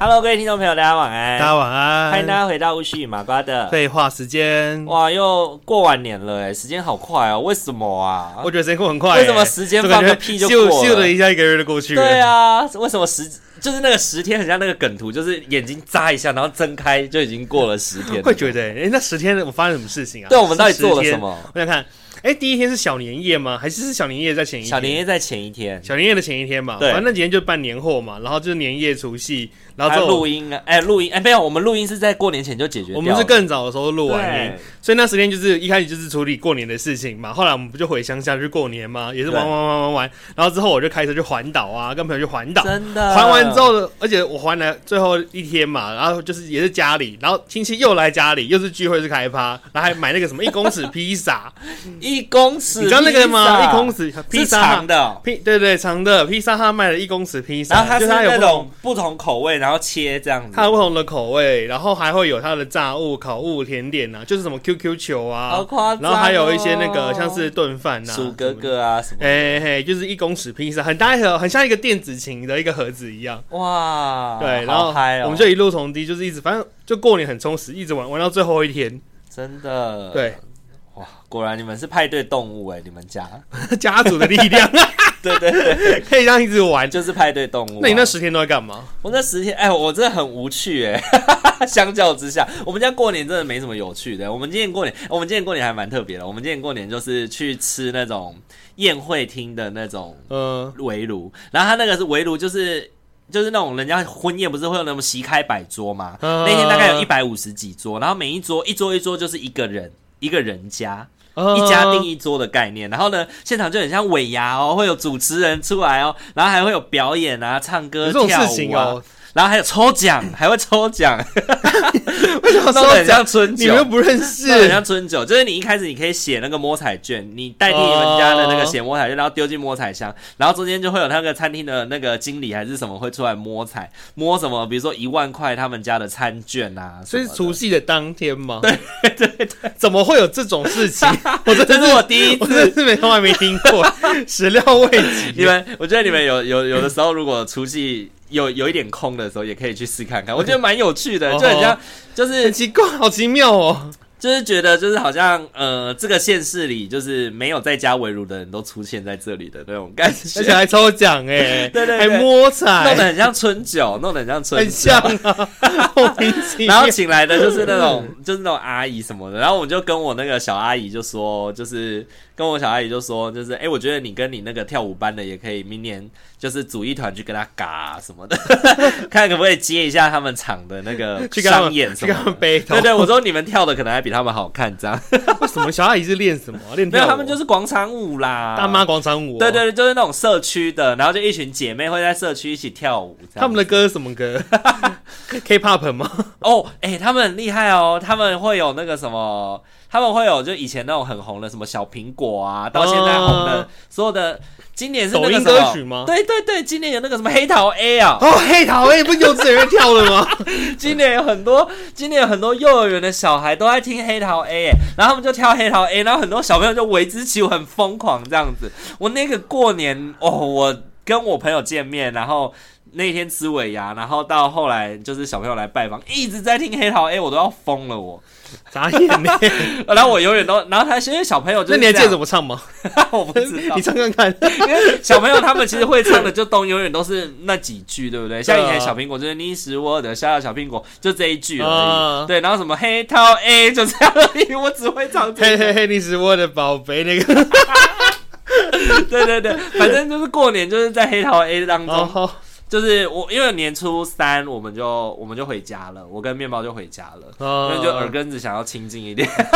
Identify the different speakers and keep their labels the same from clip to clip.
Speaker 1: Hello，各位听众朋友，大家晚安。
Speaker 2: 大家晚安。
Speaker 1: 欢迎大家回到巫师与麻瓜的。
Speaker 2: 废话时间，
Speaker 1: 哇，又过完年了哎，时间好快哦，为什么啊？
Speaker 2: 我觉得时间过很快耶。
Speaker 1: 为什么时间放个屁就
Speaker 2: 咻
Speaker 1: 过了
Speaker 2: 咻的一下，一个月就过去了。
Speaker 1: 对，啊，为什么十就是那个十天，很像那个梗图，就是眼睛眨一下，然后睁开就已经过了十天了。
Speaker 2: 会觉得哎，那十天我发生什么事情啊？
Speaker 1: 对我们到底做了
Speaker 2: 是十
Speaker 1: 什
Speaker 2: 天？
Speaker 1: 么？
Speaker 2: 我想看，哎，第一天是小年夜吗？还是是小年夜在前一天？
Speaker 1: 小年夜在前一天，
Speaker 2: 小年夜的前一天嘛，
Speaker 1: 对
Speaker 2: 反正那几天就办年货嘛，然后就是年夜除夕，然后
Speaker 1: 还
Speaker 2: 之
Speaker 1: 有
Speaker 2: 后
Speaker 1: 录音啊，哎，录音哎，没有，我们录音是在过年前就解决掉
Speaker 2: 我
Speaker 1: 了。
Speaker 2: 们是更早的时候录完
Speaker 1: 对
Speaker 2: 音，所以那十天就是一开始就是处理过年的事情嘛。后来我们不就回乡下去过年嘛，也是玩
Speaker 1: 对
Speaker 2: 玩玩玩玩。然后之后我就开车去环岛啊，跟朋友去环岛。
Speaker 1: 真的
Speaker 2: 还完之，后呢，而且我还来最后一天嘛，然后就是也是家里，然后亲戚又来家里，又是聚会，又是开趴，然后还买那个什么一公尺披萨，
Speaker 1: 一公尺，
Speaker 2: 你知道那个吗？一公尺披
Speaker 1: 是
Speaker 2: 萨
Speaker 1: 长
Speaker 2: 哈，
Speaker 1: 的哦。
Speaker 2: 披对对长的披萨，他卖了一公尺披萨，
Speaker 1: 然后它
Speaker 2: 就是它有
Speaker 1: 那
Speaker 2: 不同
Speaker 1: 种不同口味，然后切这样子
Speaker 2: 它，有不同的口味，然后还会有它的炸物、烤物、甜点啊，就是什么 QQ 球啊，
Speaker 1: 好夸张哦
Speaker 2: 然后还有一些那个像是炖饭呐、啊，
Speaker 1: 鼠哥，哥啊什么，
Speaker 2: 哎、嘿，就是一公尺披萨，很大一盒，很像一个电子琴的一个盒子一样。
Speaker 1: 哇，
Speaker 2: 对，然
Speaker 1: 好
Speaker 2: 后
Speaker 1: 嗨哦，
Speaker 2: 我们就一路从低，就是一直，反正就过年很充实，一直玩玩到最后一天。
Speaker 1: 真的，
Speaker 2: 对，
Speaker 1: 哇，果然你们是派对动物哎，你们家，
Speaker 2: 家族的力量啊
Speaker 1: 对对对，
Speaker 2: 可以让一直玩。
Speaker 1: 就是派对动物啊。
Speaker 2: 那你那十天都在干嘛？
Speaker 1: 我那十天，哎，我真的很无趣哎。 相较之下，我们家过年真的没什么有趣的。我们今年过年，我们今年过年还蛮特别的。我们今年过年就是去吃那种宴会厅的那种
Speaker 2: 嗯、
Speaker 1: 围炉，然后他那个是围炉，就是就是那种人家婚宴不是会有那种席开百桌嘛，
Speaker 2: 嗯
Speaker 1: 那天大概有一百五十几桌，然后每一桌一桌一桌就是一个人一个人家，
Speaker 2: 呃
Speaker 1: 一家定一桌的概念。然后呢，现场就很像尾牙哦，会有主持人出来哦，然后还会有表演啊，唱歌
Speaker 2: 有这种
Speaker 1: 跳
Speaker 2: 事情
Speaker 1: 舞啊
Speaker 2: 哦。，
Speaker 1: 然后还有抽奖， 还会抽 奖，
Speaker 2: 为 什么
Speaker 1: 弄得
Speaker 2: 说
Speaker 1: 很
Speaker 2: 讲
Speaker 1: 像春
Speaker 2: 你们又
Speaker 1: 酒。
Speaker 2: 不认
Speaker 1: 弄得很
Speaker 2: 识？
Speaker 1: 像春酒，就是你一开始你可以写那个摸彩券，你代替你们家的那
Speaker 2: 哦
Speaker 1: 个写摸彩券，然后丢进摸彩箱，然后中间就会有那个餐厅的那个经理还是什么会出来摸彩，摸什么，比如说一万块他们家的餐券啊，
Speaker 2: 所以
Speaker 1: 什
Speaker 2: 是
Speaker 1: 么的
Speaker 2: 除夕的当天吗？对对对，怎么会有这种 事情？我真的
Speaker 1: 这是我第一
Speaker 2: 我真的是没从来没听 过，始料未及。
Speaker 1: 你们，我觉得你们有有有的时候，如果除夕有有一点空的时候，也可以去试看看，我 觉得蛮有趣的，
Speaker 2: 哦
Speaker 1: 就很像，就是
Speaker 2: 很奇怪，好奇妙哦。
Speaker 1: 就是觉得就是好像呃，这个县市里就是没有在家围炉的人都出现在这里的那种感
Speaker 2: 而且
Speaker 1: 觉，
Speaker 2: 还抽奖 哎，
Speaker 1: 对对对
Speaker 2: 还摸
Speaker 1: 弄得
Speaker 2: 彩，
Speaker 1: 很像春酒，弄得很像春
Speaker 2: 很
Speaker 1: 酒。
Speaker 2: 像啊，莫名其
Speaker 1: 然
Speaker 2: 妙
Speaker 1: 后。请来的就是那种，就是那种阿姨什么的。然后我就跟我那个小阿姨就说，就是跟我小阿姨就说，就是哎、诶我觉得你跟你那个跳舞班的也可以，明年就是组一团去跟他嘎什么的， 看可不可以接一下他们场的那个
Speaker 2: 去跟他
Speaker 1: 商
Speaker 2: 们
Speaker 1: 演什
Speaker 2: 去跟他
Speaker 1: 么
Speaker 2: 们
Speaker 1: 的。
Speaker 2: 背头
Speaker 1: 对，对，我说你们跳的可能还比他们好看， 这样
Speaker 2: 为什么小阿姨是练什么啊？练
Speaker 1: 没
Speaker 2: 跳
Speaker 1: 有，
Speaker 2: 舞
Speaker 1: 他们就是广场舞啦，
Speaker 2: 大妈广啊场舞。哦
Speaker 1: 对，对对，就是那种社区的，然后就一群姐妹会在社区一起跳舞。这样
Speaker 2: 他们的歌是什么歌 ？K-pop 吗？
Speaker 1: 哦，哎、他们很厉害哦，他们会有那个什么，他们会有就以前那种很红的什么小苹果啊，到现在红的、
Speaker 2: 哦
Speaker 1: 所有的，今年是那个
Speaker 2: 抖音
Speaker 1: 什么
Speaker 2: 歌曲吗
Speaker 1: 对对对，今年有那个什么黑桃 A 啊，
Speaker 2: 哦，黑桃 A 不是幼稚园跳的吗？
Speaker 1: 今年有很多，今年有很多幼儿园的小孩都在听黑桃 A，、哎，然后他们就跳黑桃 A，然后很多小朋友就为之起舞，很疯狂这样子。我那个过年哦，我跟我朋友见面，然后那天吃尾牙，然后到后来就是小朋友来拜访，一直在听黑桃 A，我都要疯了我。
Speaker 2: 眨眼呢？
Speaker 1: 然后我永远都，然后他因为小朋友就是
Speaker 2: 那你还记得
Speaker 1: 这
Speaker 2: 怎
Speaker 1: 样
Speaker 2: 么唱吗？
Speaker 1: 我不知道
Speaker 2: 你，唱看看。
Speaker 1: 因为小朋友他们其实会唱的就都永远都是那几句，对不对？像以
Speaker 2: 嗯
Speaker 1: 前小苹果就是你是我的小小小苹果，就这一句而已。
Speaker 2: 啊
Speaker 1: 对，然后什么黑桃 A 就这样而已，我只会唱这
Speaker 2: 嘿嘿
Speaker 1: 个。
Speaker 2: 嘿，你是我的宝贝，那个
Speaker 1: 对对对，反正就是过年就是在黑桃 A 当中
Speaker 2: 哦，
Speaker 1: 就是我因为年初三我们就我们就回家了，我跟面包就回家了。
Speaker 2: 嗯
Speaker 1: 因为就耳根子想要清净一点，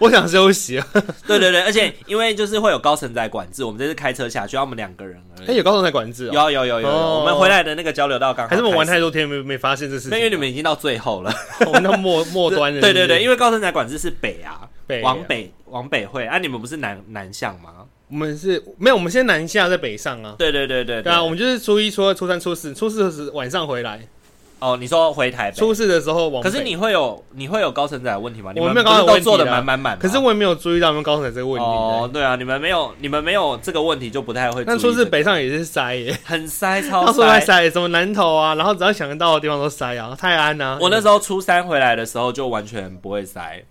Speaker 2: 我想休息。
Speaker 1: 啊对对对，而且因为就是会有高层在管制，我们这次开车下去，然后我们两个人而
Speaker 2: 哎，
Speaker 1: 已。
Speaker 2: 有高中在管制哦，
Speaker 1: 有有有有有，
Speaker 2: 哦
Speaker 1: 我们回来的那个交流道刚好
Speaker 2: 还是我们玩
Speaker 1: 开
Speaker 2: 太
Speaker 1: 始，
Speaker 2: 多天没没发现这事情？哦
Speaker 1: 那因为你们已经到最后了，
Speaker 2: 我们到 末末端了。
Speaker 1: 对对对，
Speaker 2: 为
Speaker 1: 因为高层在管制是北啊，
Speaker 2: 北
Speaker 1: 往北往北会，啊，你们不是南南向吗？
Speaker 2: 我们是没有，我们先南下再北上啊。
Speaker 1: 对对对对
Speaker 2: 对啊，我们就是初一、初二、初三、初四，初四是晚上回来，
Speaker 1: 哦，你说回台北，
Speaker 2: 初四的时候往北。
Speaker 1: 可是你会有你会有高承载的问题吗？你
Speaker 2: 我
Speaker 1: 们
Speaker 2: 没有高
Speaker 1: 不
Speaker 2: 承
Speaker 1: 是
Speaker 2: 载
Speaker 1: 都
Speaker 2: 问题
Speaker 1: 做的
Speaker 2: 啦
Speaker 1: 满满满吗，
Speaker 2: 可是我也没有注意到他们高层这个问题。
Speaker 1: 哦，对啊，你们没有你们没有这个问题就不太会注意这
Speaker 2: 那
Speaker 1: 个。
Speaker 2: 初四北上也是塞耶，
Speaker 1: 很塞，
Speaker 2: 到
Speaker 1: 超
Speaker 2: 处在
Speaker 1: 塞。
Speaker 2: 塞，什么南投啊，然后只要想得到的地方都塞啊，泰安啊。
Speaker 1: 我那时候初三回来的时候就完全不会塞，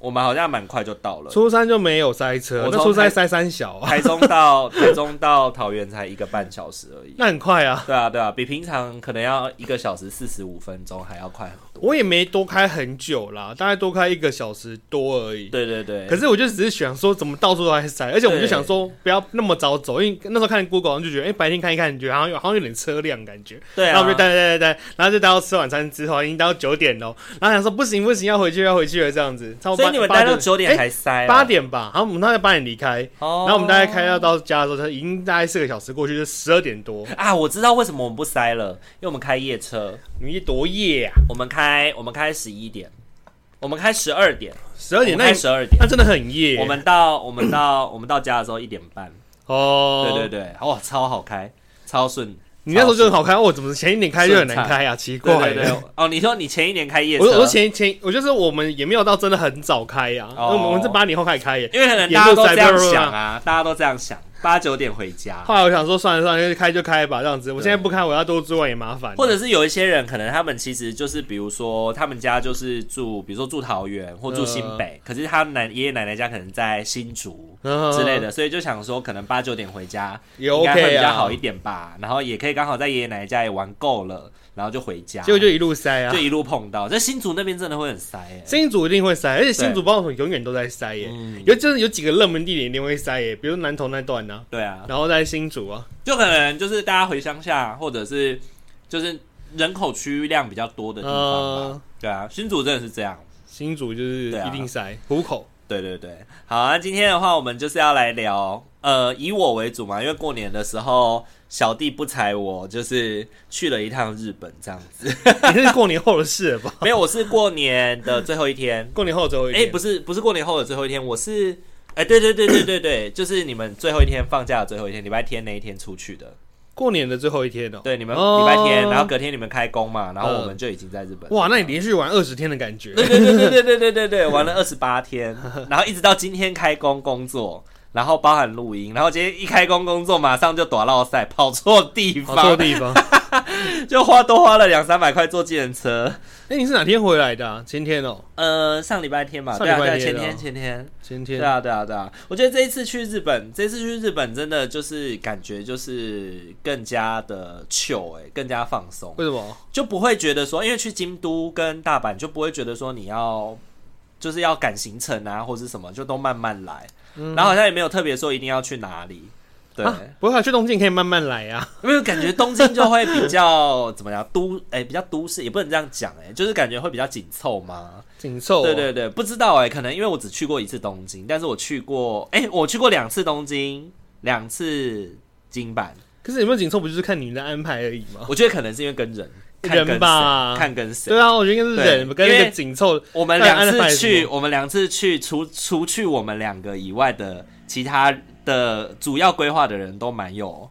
Speaker 1: 我们好像蛮快就到了。
Speaker 2: 初三就没有塞车
Speaker 1: 我，
Speaker 2: 那
Speaker 1: 从
Speaker 2: 初三
Speaker 1: 台
Speaker 2: 塞三小啊，
Speaker 1: 台中到台中到桃园才一个半小时而已。
Speaker 2: 那很快啊。
Speaker 1: 对啊，对啊，比平常可能要一个小时四十五分钟还要快很多。
Speaker 2: 我也没多开很久啦，大概多开一个小时多而已。
Speaker 1: 对对对，
Speaker 2: 可是我就只是想说，怎么到处都在塞，而且我们就
Speaker 1: 哎对
Speaker 2: 想说不要那么早走，因为那时候看 Google 然后就觉得，哎、白天看一看，你觉得好像有好像有点车辆感觉，
Speaker 1: 对
Speaker 2: 然
Speaker 1: 啊
Speaker 2: 后我，们就待待待待，然后就待到吃晚餐之后，已经待到九点喽，然后想说不行不行，要回去要回去了这样子，差不多
Speaker 1: 所
Speaker 2: 八。
Speaker 1: 以你们待到
Speaker 2: 八
Speaker 1: 九点
Speaker 2: 哎
Speaker 1: 还塞啊
Speaker 2: 八，点吧，然后我们大概八点离开，
Speaker 1: 哦
Speaker 2: 然后我们大概开到到家的时候，它已经大概四个小时过去，就十二点多。
Speaker 1: 啊，我知道为什么我们不塞了，因为我们开夜车，
Speaker 2: 你多夜啊！
Speaker 1: 我们开我们开十一点，我们开十二点，
Speaker 2: 十二点
Speaker 1: 我
Speaker 2: 那
Speaker 1: 们
Speaker 2: 你
Speaker 1: 开十二点，
Speaker 2: 那真的很夜。
Speaker 1: 我们到我们到我们到家的时候一点半，
Speaker 2: 哦，
Speaker 1: 对对，对，哇，超好开，超顺，
Speaker 2: 你那时候就很好看，我哦怎么前一点开就很难开啊？奇
Speaker 1: 对
Speaker 2: 怪
Speaker 1: 对
Speaker 2: 了。
Speaker 1: 对，哦，你说你前一年开夜车，
Speaker 2: 我我前前我就是我们也没有到真的很早开呀，
Speaker 1: 哦
Speaker 2: 我们我们是八点后开始开耶。
Speaker 1: 因为可能大家都这样想啊，大家都这样想，八九点回家，
Speaker 2: 后来我想说算了算了，就开就开吧，这样子。我现在不开，我要多住外也麻烦。
Speaker 1: 或者是有一些人可能他们其实就是比如说他们家就是住，比如说住桃园或住新北，可是他奶爷爷奶奶家可能在新竹。
Speaker 2: 嗯
Speaker 1: 之类的，所以就想说，可能八九点回家
Speaker 2: 也
Speaker 1: 应该会
Speaker 2: OK
Speaker 1: 比较
Speaker 2: 啊，
Speaker 1: 好一点吧。然后也可以刚好在爷爷奶奶家也玩够了，然后就回家，
Speaker 2: 结果就一路塞啊
Speaker 1: 就。一路碰到。在新竹那边真的会很塞哎、
Speaker 2: 新竹一定会塞，而且新竹包括永远都在塞耶。
Speaker 1: 嗯，
Speaker 2: 有真的有几个热门地点一定会塞耶，比如南投那段呐、
Speaker 1: 对啊，
Speaker 2: 然后在新竹啊，
Speaker 1: 就可能就是大家回乡下，或者是就是人口区域量比较多的地方吧。
Speaker 2: 呃，
Speaker 1: 对啊，新竹真的是这样。
Speaker 2: 新竹就是
Speaker 1: 对啊
Speaker 2: 一定塞，虎口
Speaker 1: 对对对，好啊！今天的话，我们就是要来聊，呃，以我为主嘛，因为过年的时候小弟不才我，就是去了一趟日本这样子。
Speaker 2: 你这是过年后的事了吧？
Speaker 1: 没有，我是过年的最后一天，
Speaker 2: 过年后最后一
Speaker 1: 哎、
Speaker 2: 天，
Speaker 1: 不是不是过年后的最后一天，我是，哎、对对对对对对，就是你们最后一天放假的最后一天，礼拜天那一天出去的。
Speaker 2: 过年的最后一天哦。
Speaker 1: 对，你们
Speaker 2: 哦
Speaker 1: 礼拜天，然后隔天你们开工嘛，然后我
Speaker 2: 嗯
Speaker 1: 们就已经在日本。
Speaker 2: 哇，那你连续玩二十天的感觉，
Speaker 1: 对对对对对对对对对，玩了二十八天，然后一直到今天开工工作，然后包含录音，然后今天一开工工作马上就躲落赛，跑错地
Speaker 2: 好多
Speaker 1: 方，
Speaker 2: 地方。
Speaker 1: 就花多花了两三百块坐计程车。
Speaker 2: 哎，你是哪天回来的、啊？前天哦，
Speaker 1: 呃，上礼拜天嘛，
Speaker 2: 上
Speaker 1: 对啊
Speaker 2: 礼
Speaker 1: 对
Speaker 2: 拜
Speaker 1: 啊，
Speaker 2: 天
Speaker 1: 前天
Speaker 2: 啊
Speaker 1: 前天，
Speaker 2: 前
Speaker 1: 对
Speaker 2: 天。
Speaker 1: 啊对啊对啊，我觉得这一次去日本，这次去日本真的就是感觉就是更加的 chill 哎、更加放松。
Speaker 2: 为什么？
Speaker 1: 就不会觉得说，因为去京都跟大阪就不会觉得说你要就是要赶行程啊，或者是什么，就都慢慢来。
Speaker 2: 嗯
Speaker 1: 然后好像也没有特别说一定要去哪里，对，
Speaker 2: 啊，不会啊，去东京可以慢慢来啊。
Speaker 1: 因为感觉东京就会比较怎么样都哎、比较都市，也不能这样讲哎、就是感觉会比较紧凑嘛。
Speaker 2: 紧凑、哦。
Speaker 1: 对对对，不知道哎、可能因为我只去过一次东京，但是我去过哎、我去过两次东京，两次京阪，
Speaker 2: 可是有没有紧凑，不就是看你们的安排而已吗？
Speaker 1: 我觉得可能是因为跟人。看
Speaker 2: 人
Speaker 1: 跟谁
Speaker 2: 吧
Speaker 1: 看跟谁？
Speaker 2: 对啊，我觉得应该是
Speaker 1: 对
Speaker 2: 人跟
Speaker 1: 因
Speaker 2: 那
Speaker 1: 为
Speaker 2: 个紧凑
Speaker 1: 我们两
Speaker 2: 那安排
Speaker 1: 次
Speaker 2: 什
Speaker 1: 去，
Speaker 2: 么
Speaker 1: 我们两次去，除除去我们两个以外的其他的主要规划的人都蛮有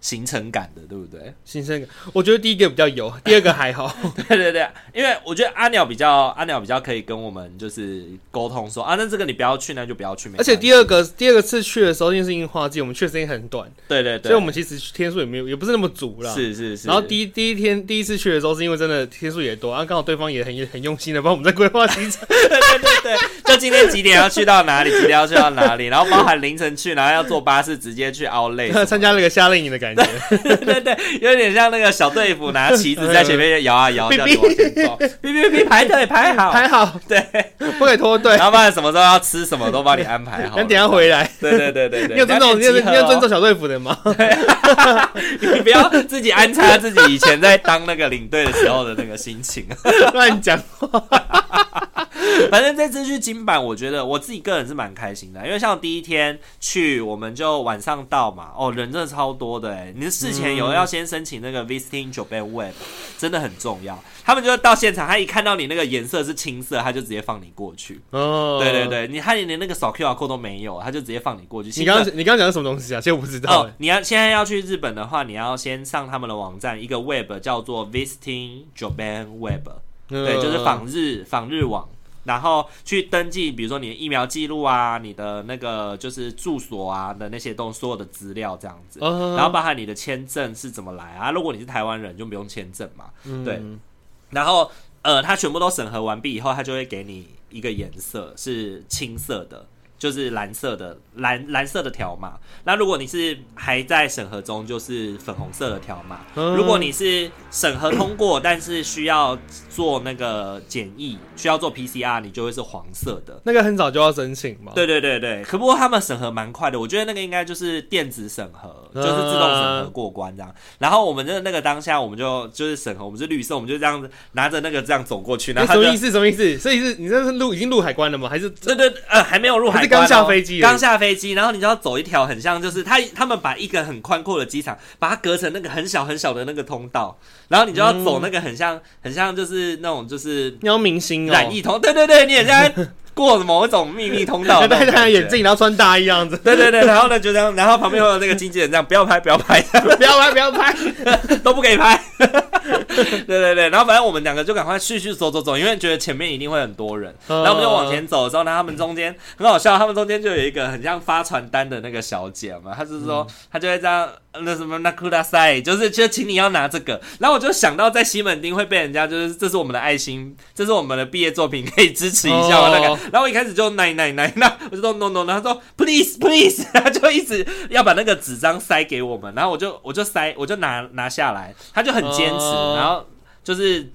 Speaker 1: 行程感的，对不对？
Speaker 2: 新生感。我觉得第一个比较有，第二个还好。
Speaker 1: 对对对，因为我觉得阿鸟比较阿鸟比较可以跟我们就是沟通说啊，那这个你不要去，那就不要去。没
Speaker 2: 而且
Speaker 1: 关系
Speaker 2: 第二个第二个次去的时候，因为是樱花季，我们去的时间很短，
Speaker 1: 对对对，
Speaker 2: 所以我们其实天数也没有，也不是那么足啦。。
Speaker 1: 是是是，
Speaker 2: 然后第一第一天第一次去的时候，是因为真的天数也多，然后刚好对方也很也很用心的帮我们在规划行程。
Speaker 1: 对对对， 就今天几点要去到哪里，几点要去到哪里，然后包含凌晨去，然后要坐巴士直接去 o u t l a
Speaker 2: 参加了一个夏令营的感感觉。
Speaker 1: 对对对，有点像那个小队服拿旗子在前面摇啊摇，
Speaker 2: 哔
Speaker 1: 这样子往前走，哔哔哔排队排好，
Speaker 2: 还好，
Speaker 1: 对，
Speaker 2: 不可以脱队。
Speaker 1: 然后不然什么时候要吃什么都帮你安排好。
Speaker 2: 等等一下回来，
Speaker 1: 对对对对对，
Speaker 2: 你有尊重，你
Speaker 1: 你要
Speaker 2: 有
Speaker 1: 练
Speaker 2: 你
Speaker 1: 集合
Speaker 2: 有尊
Speaker 1: 哦
Speaker 2: 重， 小队服的 吗？
Speaker 1: 你不要自己安插自己以前在当那个领队的时候的那个心情。
Speaker 2: 乱讲。
Speaker 1: 反正这次去金板，我觉得我自己个人是蛮开心的，啊因为像第一天去，我们就晚上到嘛，哦，人真的超多的哎，你事前
Speaker 2: 嗯
Speaker 1: 有要先申请那个 visiting Japan web，真的很重要。他们就到现场，他一看到你那个颜色是青色，他就直接放你过去。
Speaker 2: 哦，
Speaker 1: 对对，对，你他连那个扫 QR code 都没有，他就直接放你过去。
Speaker 2: 你刚刚你刚刚讲的什么东西啊？其实我不知道
Speaker 1: 哦
Speaker 2: 欸。，
Speaker 1: 你要现在要去日本的话，你要先上他们的网站，一个 web 叫做 visiting Japan web，对，
Speaker 2: 嗯
Speaker 1: 就是访日访日网，然后去登记，比如说你的疫苗记录啊，你的那个就是住所啊的那些东所有的资料这样子，
Speaker 2: 哦
Speaker 1: 然后包含你的签证是怎么来啊，如果你是台湾人就不用签证嘛，
Speaker 2: 嗯
Speaker 1: 对然后呃，它全部都审核完毕以后，它就会给你一个颜色是青色的，就是蓝色的蓝蓝色的条码。那如果你是还在审核中，就是粉红色的条码。
Speaker 2: 嗯
Speaker 1: 如果你是审核通过，但是需要做那个检疫，需要做 PCR，你就会是黄色的。
Speaker 2: 那个很早就要申请嘛。
Speaker 1: 对对对对，可不过他们审核蛮快的，我觉得那个应该就是电子审核，
Speaker 2: 啊
Speaker 1: 就是自动审核过关这样。然后我们的那个当下，我们就就是审核，我们是绿色，我们就这样子拿着那个这样走过去，然
Speaker 2: 欸，
Speaker 1: 后他
Speaker 2: 什么
Speaker 1: 就
Speaker 2: 意。思？什么意思？所以是你这是入已经入海关了吗？还是
Speaker 1: 对对，呃，还没有入海
Speaker 2: 还是
Speaker 1: 关哦、
Speaker 2: 刚下飞机而已
Speaker 1: 刚下飞机，然后你就要走一条很像，就是他他们把一个很宽阔的机场，把它隔成那个很小很小的那个通道，然后你就要走那个很像、很像就是那种就是
Speaker 2: 你要明星哦？
Speaker 1: 染疫通，对对对，你也在过某一种秘密通道
Speaker 2: 还
Speaker 1: 的那
Speaker 2: 哎戴
Speaker 1: 种感觉，。
Speaker 2: 太 阳眼镜，然后穿大衣这样子
Speaker 1: 对对对，然后呢就这样，然后旁边会有那个经纪人这样，不要拍，不要拍，
Speaker 2: 不要拍，不要拍。
Speaker 1: 都不给拍。对对对，然后反正我们两个就赶快继续走走走，因为觉得前面一定会很多人，然后我们就往前走的时候，然后他们中间 很好笑，他们中间就有一个很像发传单的那个小姐嘛，她就是说、她就会这样呃那什么那库大赛，就是就请你要拿这个，然后我就想到在西门町会被人家就是这是我们的爱心，这是我们的毕业作品，可以支持一下吗？
Speaker 2: 哦
Speaker 1: 那个，然后我一开始就奶奶奶，那我就说 no no，然后她说 please please，他 就一直 要把那个纸张塞给我们，然后我就我就塞我就拿拿下来，他就很坚持，
Speaker 2: 哦
Speaker 1: 然后就是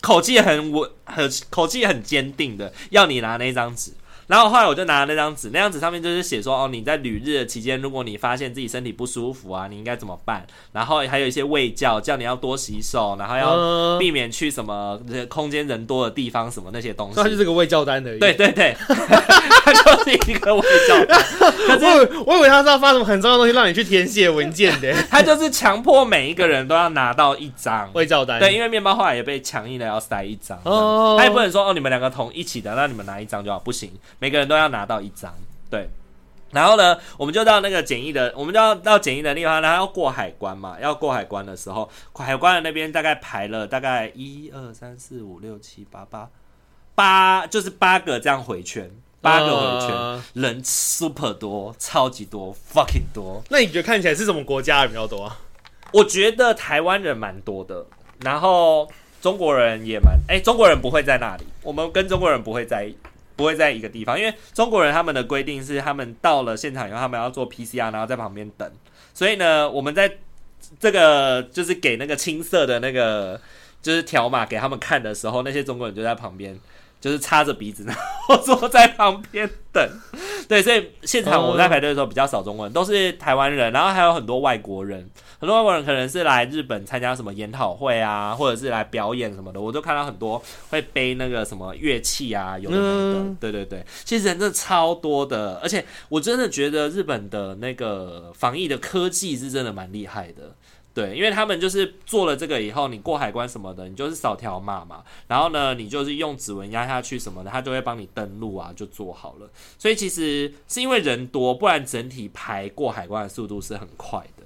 Speaker 1: 口气很稳，很口气很坚定的要你拿那张纸。然后后来我就拿了那张纸，那张纸上面就是写说，哦，你在旅日的期间，如果你发现自己身体不舒服啊，你应该怎么办？然后还有一些卫教，叫你要多洗手，然后要
Speaker 2: 嗯，
Speaker 1: 避免去什么呃空间人多的地方，什么那些东西
Speaker 2: 那。就是个未教单而已。
Speaker 1: 对，对对， 它就是一个卫教单，可是
Speaker 2: 我以为我以为他是要发什么很重要的东西让你去填写文件 的
Speaker 1: 它就是强迫每一个人都要拿到一张。
Speaker 2: 未教单。
Speaker 1: 对，，因为面包后来也被强硬的要塞一张，
Speaker 2: 哦
Speaker 1: 他也不能说哦，你们两个同一起的，那你们拿一张就好，不行，每个人都要拿到一张，对。然后呢，我们就到那个简易的，我们就要到简易的地方，然后要过海关嘛。要过海关的时候，海关的那边大概排了大概一二三四五六七八八八，就是八个这样回圈，八个回圈，
Speaker 2: 嗯
Speaker 1: 人 super 多，超级多，fucking 多。
Speaker 2: 那你觉得看起来是什么国家人比较多啊？
Speaker 1: 我觉得台湾人蛮多的，然后中国人也蛮，哎、中国人不会在那里，我们跟中国人不会在不会在一个地方，因为中国人他们的规定是，他们到了现场以后，他们要做 PCR，然后在旁边等，所以呢，我们在这个就是给那个青色的那个就是条码给他们看的时候，那些中国人就在旁边。就是插着鼻子，然后坐在旁边等。 对，所以现场我们在排队的时候比较少中国人，都是台湾人，然后还有很多外国人。很多外国人可能是来日本参加什么研讨会啊，或者是来表演什么的，我就看到很多会背那个什么乐器啊，有的没的。
Speaker 2: 嗯
Speaker 1: 对对对，其实人真的超多的，而且我真的觉得日本的那个防疫的科技是真的蛮厉害的。对，因为他们就是做了这个以后，你过海关什么的，你就是扫条码嘛，然后呢，你就是用指纹压下去什么的，他就会帮你登录啊，就做好了。所以其实是因为人多，不然整体排过海关的速度是很快的。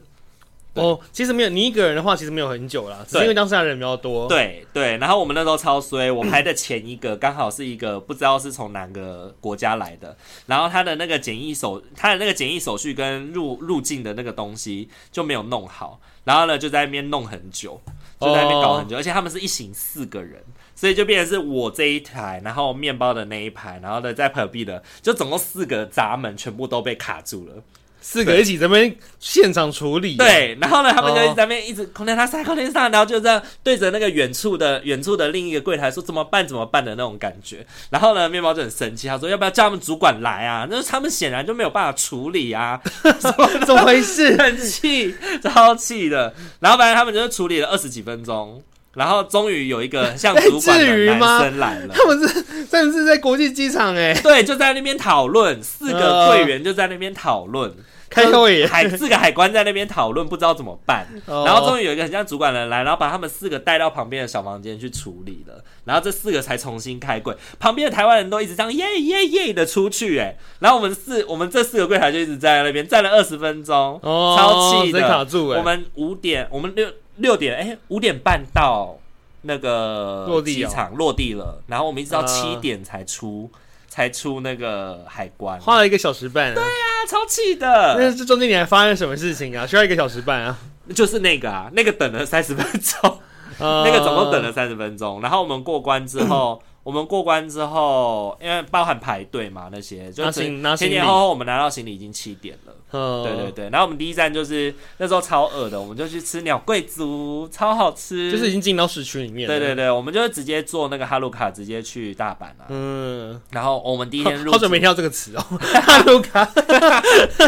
Speaker 1: 对
Speaker 2: 哦，其实没有，你一个人的话其实没有很久啦，只是因为当事人比较多。，
Speaker 1: 对对，然后我们那时候超衰，我排的前一个刚好是一个不知道是从哪个国家来的，然后他的那个检疫手，他的那个检疫手续跟入入境的那个东西就没有弄好，然后呢就在那边弄很久，就在那边搞很久，而且他们是一行四个人。所以就变成是我这一台，然后面包的那一排，然后呢在隔壁的，就总共四个闸门全部都被卡住了。
Speaker 2: 四个一起在那边现场处理、，
Speaker 1: 对，然后呢，他们就一直
Speaker 2: 哦
Speaker 1: 在那边一直空天他塞，空天上，然后就这样对着那个远处的远处的另一个柜台说怎么办怎么办的那种感觉。然后呢，面包就很生气，他说要不要叫他们主管来啊？那他们显然就没有办法处理 啊，
Speaker 2: 怎么回事？
Speaker 1: 很气，超气的。然后反正他们就是处理了二十几分钟，然后终于有一个像主管
Speaker 2: 哎至于
Speaker 1: 的
Speaker 2: 吗
Speaker 1: 男生来了。
Speaker 2: 他们是真的是在国际机场 哎、
Speaker 1: 对，就在那边讨论，四个
Speaker 2: 呃
Speaker 1: 柜员就在那边讨论，
Speaker 2: 开会耶
Speaker 1: 海四个海关在那边讨论，不知道怎么办。
Speaker 2: 哦
Speaker 1: 然后终于有一个很像主管的人来，然后把他们四个带到旁边的小房间去处理了，然后这四个才重新开柜。旁边的台湾人都一直这样耶耶耶的出去、哎，然后我们四我们这四个柜台就一直站在那边站了二十分钟，
Speaker 2: 哦，
Speaker 1: 超气
Speaker 2: 直接
Speaker 1: 的。
Speaker 2: 卡住哎、
Speaker 1: 我们五点，我们六六点，哎、五点半到那个
Speaker 2: 落地
Speaker 1: 机
Speaker 2: 哦
Speaker 1: 场落地了，然后我们一直到
Speaker 2: 啊
Speaker 1: 七点才出、才出那个海关，
Speaker 2: 花了一个小时半、啊，对呀、
Speaker 1: 啊，超气
Speaker 2: 那
Speaker 1: 的，
Speaker 2: 这中间你还发生什么事情啊？需要一个小时半啊？
Speaker 1: 就是那个啊，那个等了三十分 钟，
Speaker 2: 呃
Speaker 1: 那个总共等了三十分钟，然后我们过关之后。
Speaker 2: 嗯
Speaker 1: 我们过关之后，因为包含排队嘛，那些就
Speaker 2: 拿
Speaker 1: 是
Speaker 2: 行拿
Speaker 1: 前
Speaker 2: 行
Speaker 1: 前
Speaker 2: 李
Speaker 1: 后后我们拿到行李已经七点了。
Speaker 2: 呃
Speaker 1: 对对对，然后我们第一站就是那时候超饿的，我们就去吃鸟贵族，超好吃，
Speaker 2: 就是已经进到市区里面了。
Speaker 1: 对对对，我们就是直接坐那个哈鲁卡直接去大阪啊。
Speaker 2: 嗯，
Speaker 1: 然后我们第一天入
Speaker 2: 好好久没
Speaker 1: 境，
Speaker 2: 听到这个词哦，哈鲁卡，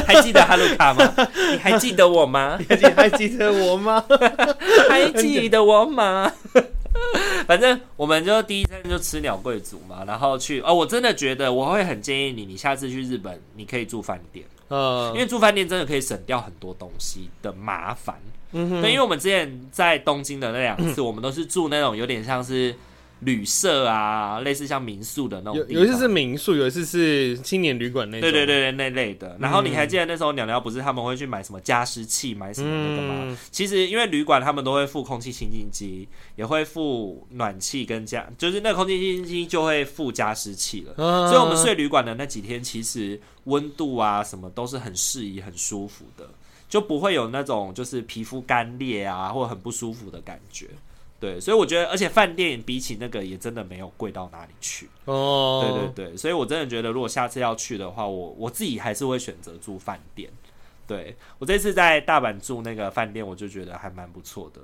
Speaker 1: 还记得哈鲁卡吗？你还记得我吗？
Speaker 2: 你还记得我吗？
Speaker 1: 还记得我吗？ 反正我们就第一天就吃鸟贵族嘛，然后去哦，我真的觉得我会很建议你，你下次去日本你可以住饭店，
Speaker 2: 呃
Speaker 1: 因，为住饭店真的可以省掉很多东西的麻烦。
Speaker 2: 嗯
Speaker 1: 对，因
Speaker 2: 哼，
Speaker 1: 为我们之前在东京的那两次，我们都是住那种有点像是旅社啊，类似像民宿的那种地
Speaker 2: 有
Speaker 1: 方。
Speaker 2: 有一次是民宿，有一次是青年旅馆那种。嗯
Speaker 1: 对对对对，那类的。然后你还记得那时候鸟鸟不是他们会去买什么加湿器，买什么那个吗？
Speaker 2: 嗯
Speaker 1: 其实因为旅馆他们都会附空气清净机，也会附暖气跟加，就是那个空气清净机就会附加湿器了。
Speaker 2: 啊，
Speaker 1: 所以我们睡旅馆的那几天，其实温度啊什么都是很适宜、很舒服的，就不会有那种就是皮肤干裂啊或很不舒服的感觉。对，所以我觉得，而且饭店比起那个也真的没有贵到哪里去。对
Speaker 2: 哦，
Speaker 1: 对对，所以我真的觉得，如果下次要去的话，我我自己还是会选择住饭店。对我这次在大阪住那个饭店，我就觉得还蛮不错的。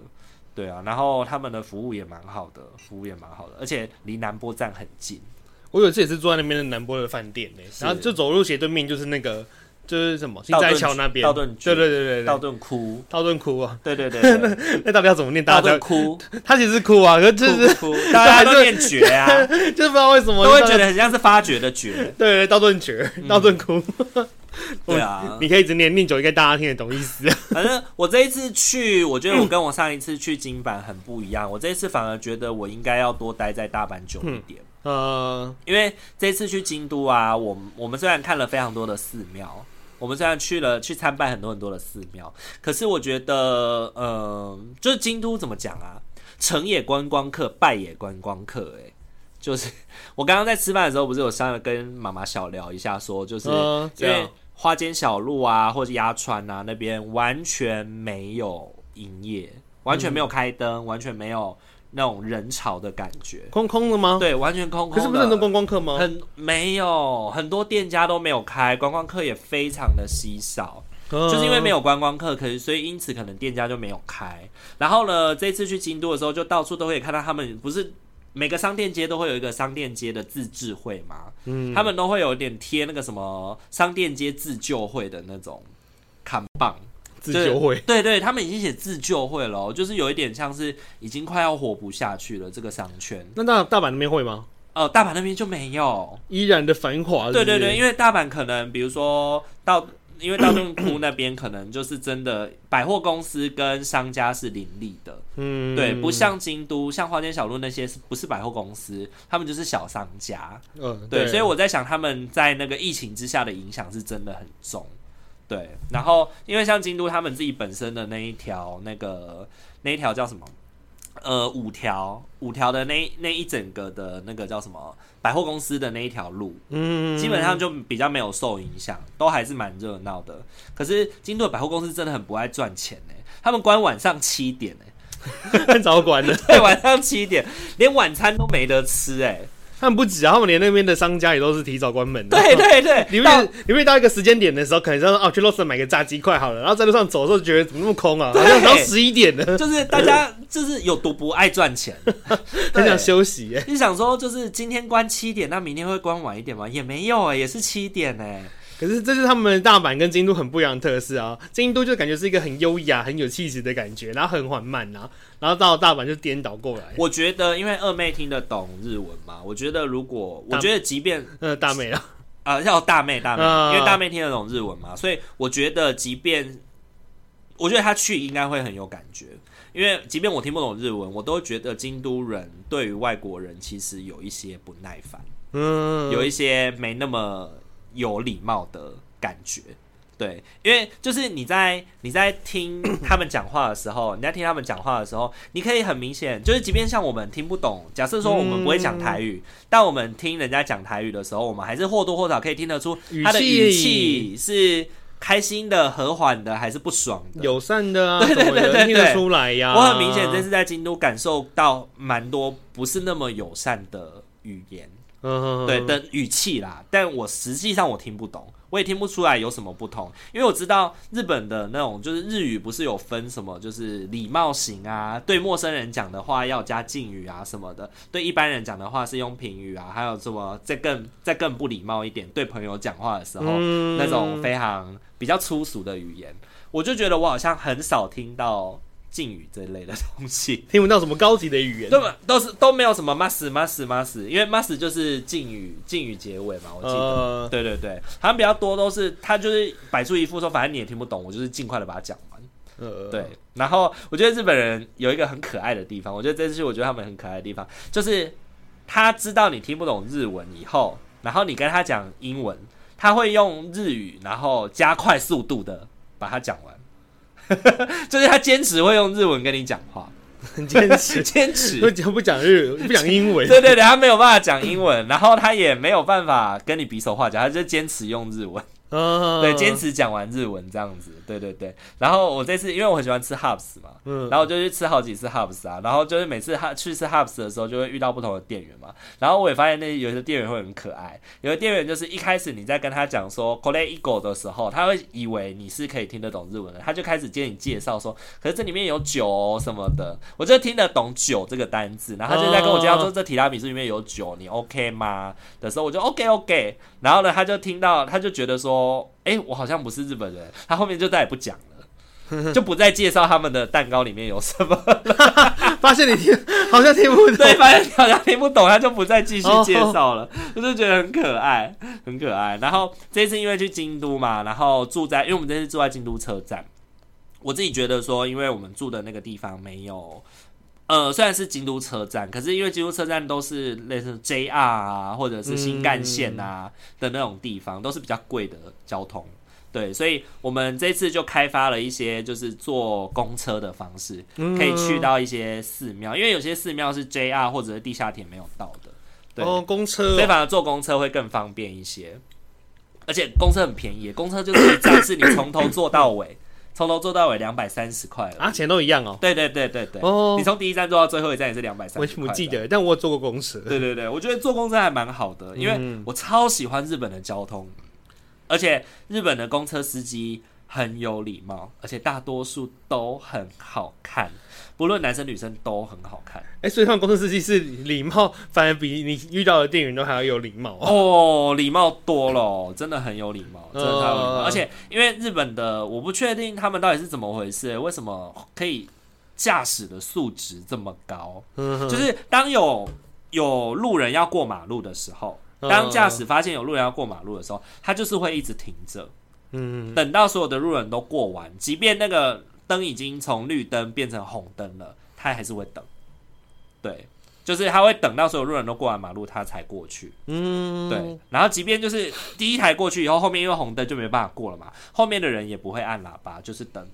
Speaker 1: 对啊，然后他们的服务也蛮好的，服务也蛮好的，而且离南波站很近。
Speaker 2: 我有一次也是住在那边的南波的饭店呢，然后就走路斜对面就是那个就是什么新
Speaker 1: 道顿
Speaker 2: 斋
Speaker 1: 区
Speaker 2: 桥那边，
Speaker 1: 道顿区
Speaker 2: 对对对对
Speaker 1: 道
Speaker 2: 对，
Speaker 1: 顿窟，
Speaker 2: 道顿窟啊，
Speaker 1: 对对对 对，
Speaker 2: 那到底要怎么念？
Speaker 1: 道
Speaker 2: 大家
Speaker 1: 顿窟，
Speaker 2: 他其实是哭啊，可是就是
Speaker 1: 窟窟，大家都念绝 啊，
Speaker 2: 就是不知道为什么
Speaker 1: 都会
Speaker 2: 就
Speaker 1: 觉得嗯很像是发掘的掘。
Speaker 2: 对对，道顿崛，道顿窟，
Speaker 1: 对啊，
Speaker 2: 你可以一直念念久，应该大家听得懂意思。
Speaker 1: 反正我这一次去，我觉得我跟我上一次去金板很不一样。我这一次反而觉得我应该要多待在大阪久一点，
Speaker 2: 呃，
Speaker 1: 因为这次去京都啊，我们我们虽然看了非常多的寺庙，我们虽然去了去参拜很多很多的寺庙，可是我觉得，呃，就是京都怎么讲啊，成也观光客，败也观光客、欸，就是 我刚刚在吃饭的时候，不是有稍微跟妈妈小聊一下说就是
Speaker 2: 嗯
Speaker 1: 因
Speaker 2: 这样
Speaker 1: 为花间小路啊，或者鸭川啊那边完全没有营业，完全没有开灯，完全没有那种人潮的感觉。
Speaker 2: 空空的吗？
Speaker 1: 对，完全空空
Speaker 2: 可
Speaker 1: 的。
Speaker 2: 是不是很多观光客吗？
Speaker 1: 很没有，很多店家都没有开，观光客也非常的稀少，
Speaker 2: 嗯
Speaker 1: 就是因为没
Speaker 2: 有。
Speaker 1: 有观光客，可是所以因此可能店家就没有开。然后呢，这次去京都的时候，就到处都可以看到他们不是。每个商店街都会有一个商店街的自治会嘛，
Speaker 2: 嗯
Speaker 1: 他们都会有点贴那个什么商店街自救会的那种看棒，
Speaker 2: 呃自救会，
Speaker 1: 对对，他们已经写自救会了哦、就是有一点像是已经快要活不下去了这个商圈。
Speaker 2: 那大大阪那边会吗？
Speaker 1: 呃，大阪那边就没有，
Speaker 2: 依然的繁华。
Speaker 1: 对对
Speaker 2: 是不
Speaker 1: 对，
Speaker 2: 是，
Speaker 1: 因为大阪可能比如说到，因为道顿窟那边可能就是真的百货公司跟商家是林立的，
Speaker 2: 嗯
Speaker 1: 对，不像京都像花间小路那些是不是百货公司，他们就是小商家，
Speaker 2: 嗯
Speaker 1: 对，所以我在想他们在那个疫情之下的影响是真的很重。对，然后因为像京都他们自己本身的那一条那个那一条叫什么？呃，五条五条的那一那一整个的那个叫什么百货公司的那一条路，
Speaker 2: 嗯
Speaker 1: 基本上就比较没有受影响，都还是蛮热闹的。可是京都的百货公司真的很不爱赚钱呢、他们关晚上七 点呢、 欸
Speaker 2: 很早关的。
Speaker 1: 对，晚上七点连晚餐都没得吃哎、
Speaker 2: 他们不止啊，他们连那边的商家也都是提早关门的。
Speaker 1: 对对对，
Speaker 2: 你
Speaker 1: 到
Speaker 2: 会你会到一个时间点的时候，可能说哦，去 l o s 买个炸鸡块好了，然后在路上走的时候觉得怎么那么空啊，
Speaker 1: 对
Speaker 2: 好像然后十一点了，
Speaker 1: 就是大家就是有多不爱赚钱，
Speaker 2: 很
Speaker 1: 对
Speaker 2: 想休息耶。
Speaker 1: 就想说，就是今天关七点，那明天会关晚一点吗？也没有哎、也是七点哎、
Speaker 2: 可是这是他们大阪跟京都很不一样的特色啊，京都就感觉是一个很优雅、很有气质的感觉，然后很缓慢啊，然后到大阪就颠倒过来。
Speaker 1: 我觉得，因为二妹听得懂日文嘛，我觉得如果我
Speaker 2: 大
Speaker 1: 觉得即便
Speaker 2: 呃，大美啊，
Speaker 1: 啊，要大妹大妹，
Speaker 2: 啊
Speaker 1: 因为大妹听得懂日文嘛，所以我觉得，即便我觉得她去应该会很有感觉，因为即便我听不懂日文，我都觉得京都人对于外国人其实有一些不耐烦，
Speaker 2: 嗯，
Speaker 1: 有一些没那么有礼貌的感觉。对，因为就是你在你在听他们讲话的时候，你在听他们讲话的时候，你可以很明显，就是即便像我们听不懂，假设说我们不会讲台语，
Speaker 2: 嗯
Speaker 1: 但我们听人家讲台语的时候，我们还是或多或少可以听得出
Speaker 2: 语
Speaker 1: 他的语气
Speaker 2: 气
Speaker 1: 是开心的、和缓的，还是不爽的。
Speaker 2: 友善的啊，
Speaker 1: 对对
Speaker 2: 什么的
Speaker 1: 对对
Speaker 2: 听得
Speaker 1: 对
Speaker 2: 出来呀、
Speaker 1: 我很明
Speaker 2: 啊
Speaker 1: 显这是在京都感受到蛮多不是那么友善的语言。
Speaker 2: 嗯，嗯，
Speaker 1: 对
Speaker 2: 嗯
Speaker 1: 的语气啦，但我实际上我听不懂，我也听不出来有什么不同，因为我知道日本的那种就是日语不是有分什么就是礼貌型啊，对陌生人讲的话要加敬语啊什么的，对一般人讲的话是用平语啊，还有什么再更再更不礼貌一点，对朋友讲话的时候、
Speaker 2: 嗯
Speaker 1: 那种非常比较粗俗的语言，我就觉得我好像很少听到敬语这类的东西。
Speaker 2: 听不到什么高级的语言。
Speaker 1: 都没都是都没有什么 mas mas mas，因为 mas 就是敬语敬语结尾嘛，我记得。
Speaker 2: 呃，
Speaker 1: 对对对，好像比较多都是他就是摆出一副说反正你也听不懂，我就是尽快的把它讲完。
Speaker 2: 呃，
Speaker 1: 对，然后我觉得日本人有一个很可爱的地方，我觉得这是我觉得他们很可爱的地方，就是他知道你听不懂日文以后，然后你跟他讲英文，他会用日语，然后加快速度的把它讲完。 就是他坚持会用日文跟你讲话，
Speaker 2: 很坚 持，
Speaker 1: 坚持
Speaker 2: 不讲不讲日语，不讲英文。
Speaker 1: 对对对，他没有办法讲英文，然后他也没有办法跟你比手画脚，他就坚持用日文，
Speaker 2: 啊，
Speaker 1: 对，坚持讲完日文这样子，对对对。然后我这次因为我很喜欢吃 Hubs 嘛，
Speaker 2: 嗯
Speaker 1: 然后我就去吃好几次 Hubs 啊，然后就是每次哈去吃 Hubs 的时候就会遇到不同的店员嘛，然后我也发现那有些店员会很可爱，有的店员就是一开始你在跟他讲说 c o l e i g o 的时候，他会以为你是可以听得懂日文的，他就开始接你介绍说，可是这里面有酒、哦、什么的，我就听得懂酒这个单字，然后他就在跟我介绍说
Speaker 2: 哦
Speaker 1: 这提拉米苏里面有酒，你 OK 吗？的时候我就 OK OK，然后呢他就听到他就觉得说，诶，我好像不是日本人，他后面就再也不讲了。就不再介绍他们的蛋糕里面有什么，
Speaker 2: 发现你听好像听不懂 哦
Speaker 1: 对，反正好像听不懂，他就不再继续介绍了。 我就觉得很可爱，很可爱。然后这次因为去京都嘛，然后住在，因为我们这次住在京都车站，我自己觉得说，因为我们住的那个地方没有。呃，虽然是京都车站，可是因为京都车站都是类似 JR 啊，或者是新干线啊、的那种地方，都是比较贵的交通。对，所以我们这次就开发了一些就是坐公车的方式，
Speaker 2: 嗯
Speaker 1: 可以去到一些寺庙，因为有些寺庙是 JR 或者是地下铁没有到的。对，
Speaker 2: 哦，公车
Speaker 1: 所以反而坐公车会更方便一些，而且公车很便宜，公车就是一站是你从头坐到尾，从头坐到尾两百三十块了。
Speaker 2: 啊，钱都一样哦。
Speaker 1: 对对对对对，
Speaker 2: 哦
Speaker 1: 你从第一站坐到最后一站也是两百三
Speaker 2: 我
Speaker 1: 十块。
Speaker 2: 不记。得，但我有坐过公车。
Speaker 1: 对对对，我觉得坐公车还蛮好的，因为
Speaker 2: 嗯
Speaker 1: 我超喜欢日本的交通，而且日本的公车司机很有礼貌，而且大多数都很好看，不论男生女生都很好看。
Speaker 2: 哎，所以他们公车司机是礼貌，反而比你遇到的店员都还要有礼貌哦。
Speaker 1: 哦，礼貌多了，真的很有礼貌，真的太有礼貌。
Speaker 2: 呃
Speaker 1: 而且因为日本的，我不确定他们到底是怎么回事，为什么可以驾驶的素质这么高？
Speaker 2: 嗯
Speaker 1: 就是当有有路人要过马路的时候，
Speaker 2: 呃
Speaker 1: 当驾驶发现有路人要过马路的时候，他就是会一直停着，
Speaker 2: 嗯，
Speaker 1: 等到所有的路人都过完，即便那个灯已经从绿灯变成红灯了，他还是会等。对，就是他会等到所有路人都过完马路，他才过去。
Speaker 2: 嗯，
Speaker 1: 对，然后即便就是第一台过去以后，后面因为红灯就没办法过了嘛，后面的人也不会按喇叭，就是等。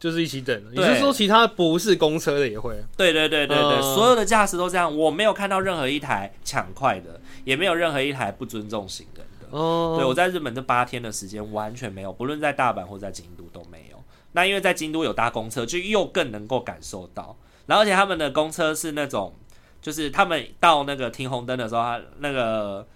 Speaker 2: 就是一起等。你
Speaker 1: 对
Speaker 2: 是说其他不是公车的也会？
Speaker 1: 对对对对对，
Speaker 2: 嗯
Speaker 1: 所有的驾驶都这样，我没有看到任何一台抢快的，也没有任何一台不尊重行人的。
Speaker 2: 哦，
Speaker 1: 对我在日本这八天的时间完全没有，不论在大阪或在京都都没有。那因为在京都有搭公车，就又更能够感受到，然后而且他们的公车是那种。就是他们到那个停红灯的时候，他那个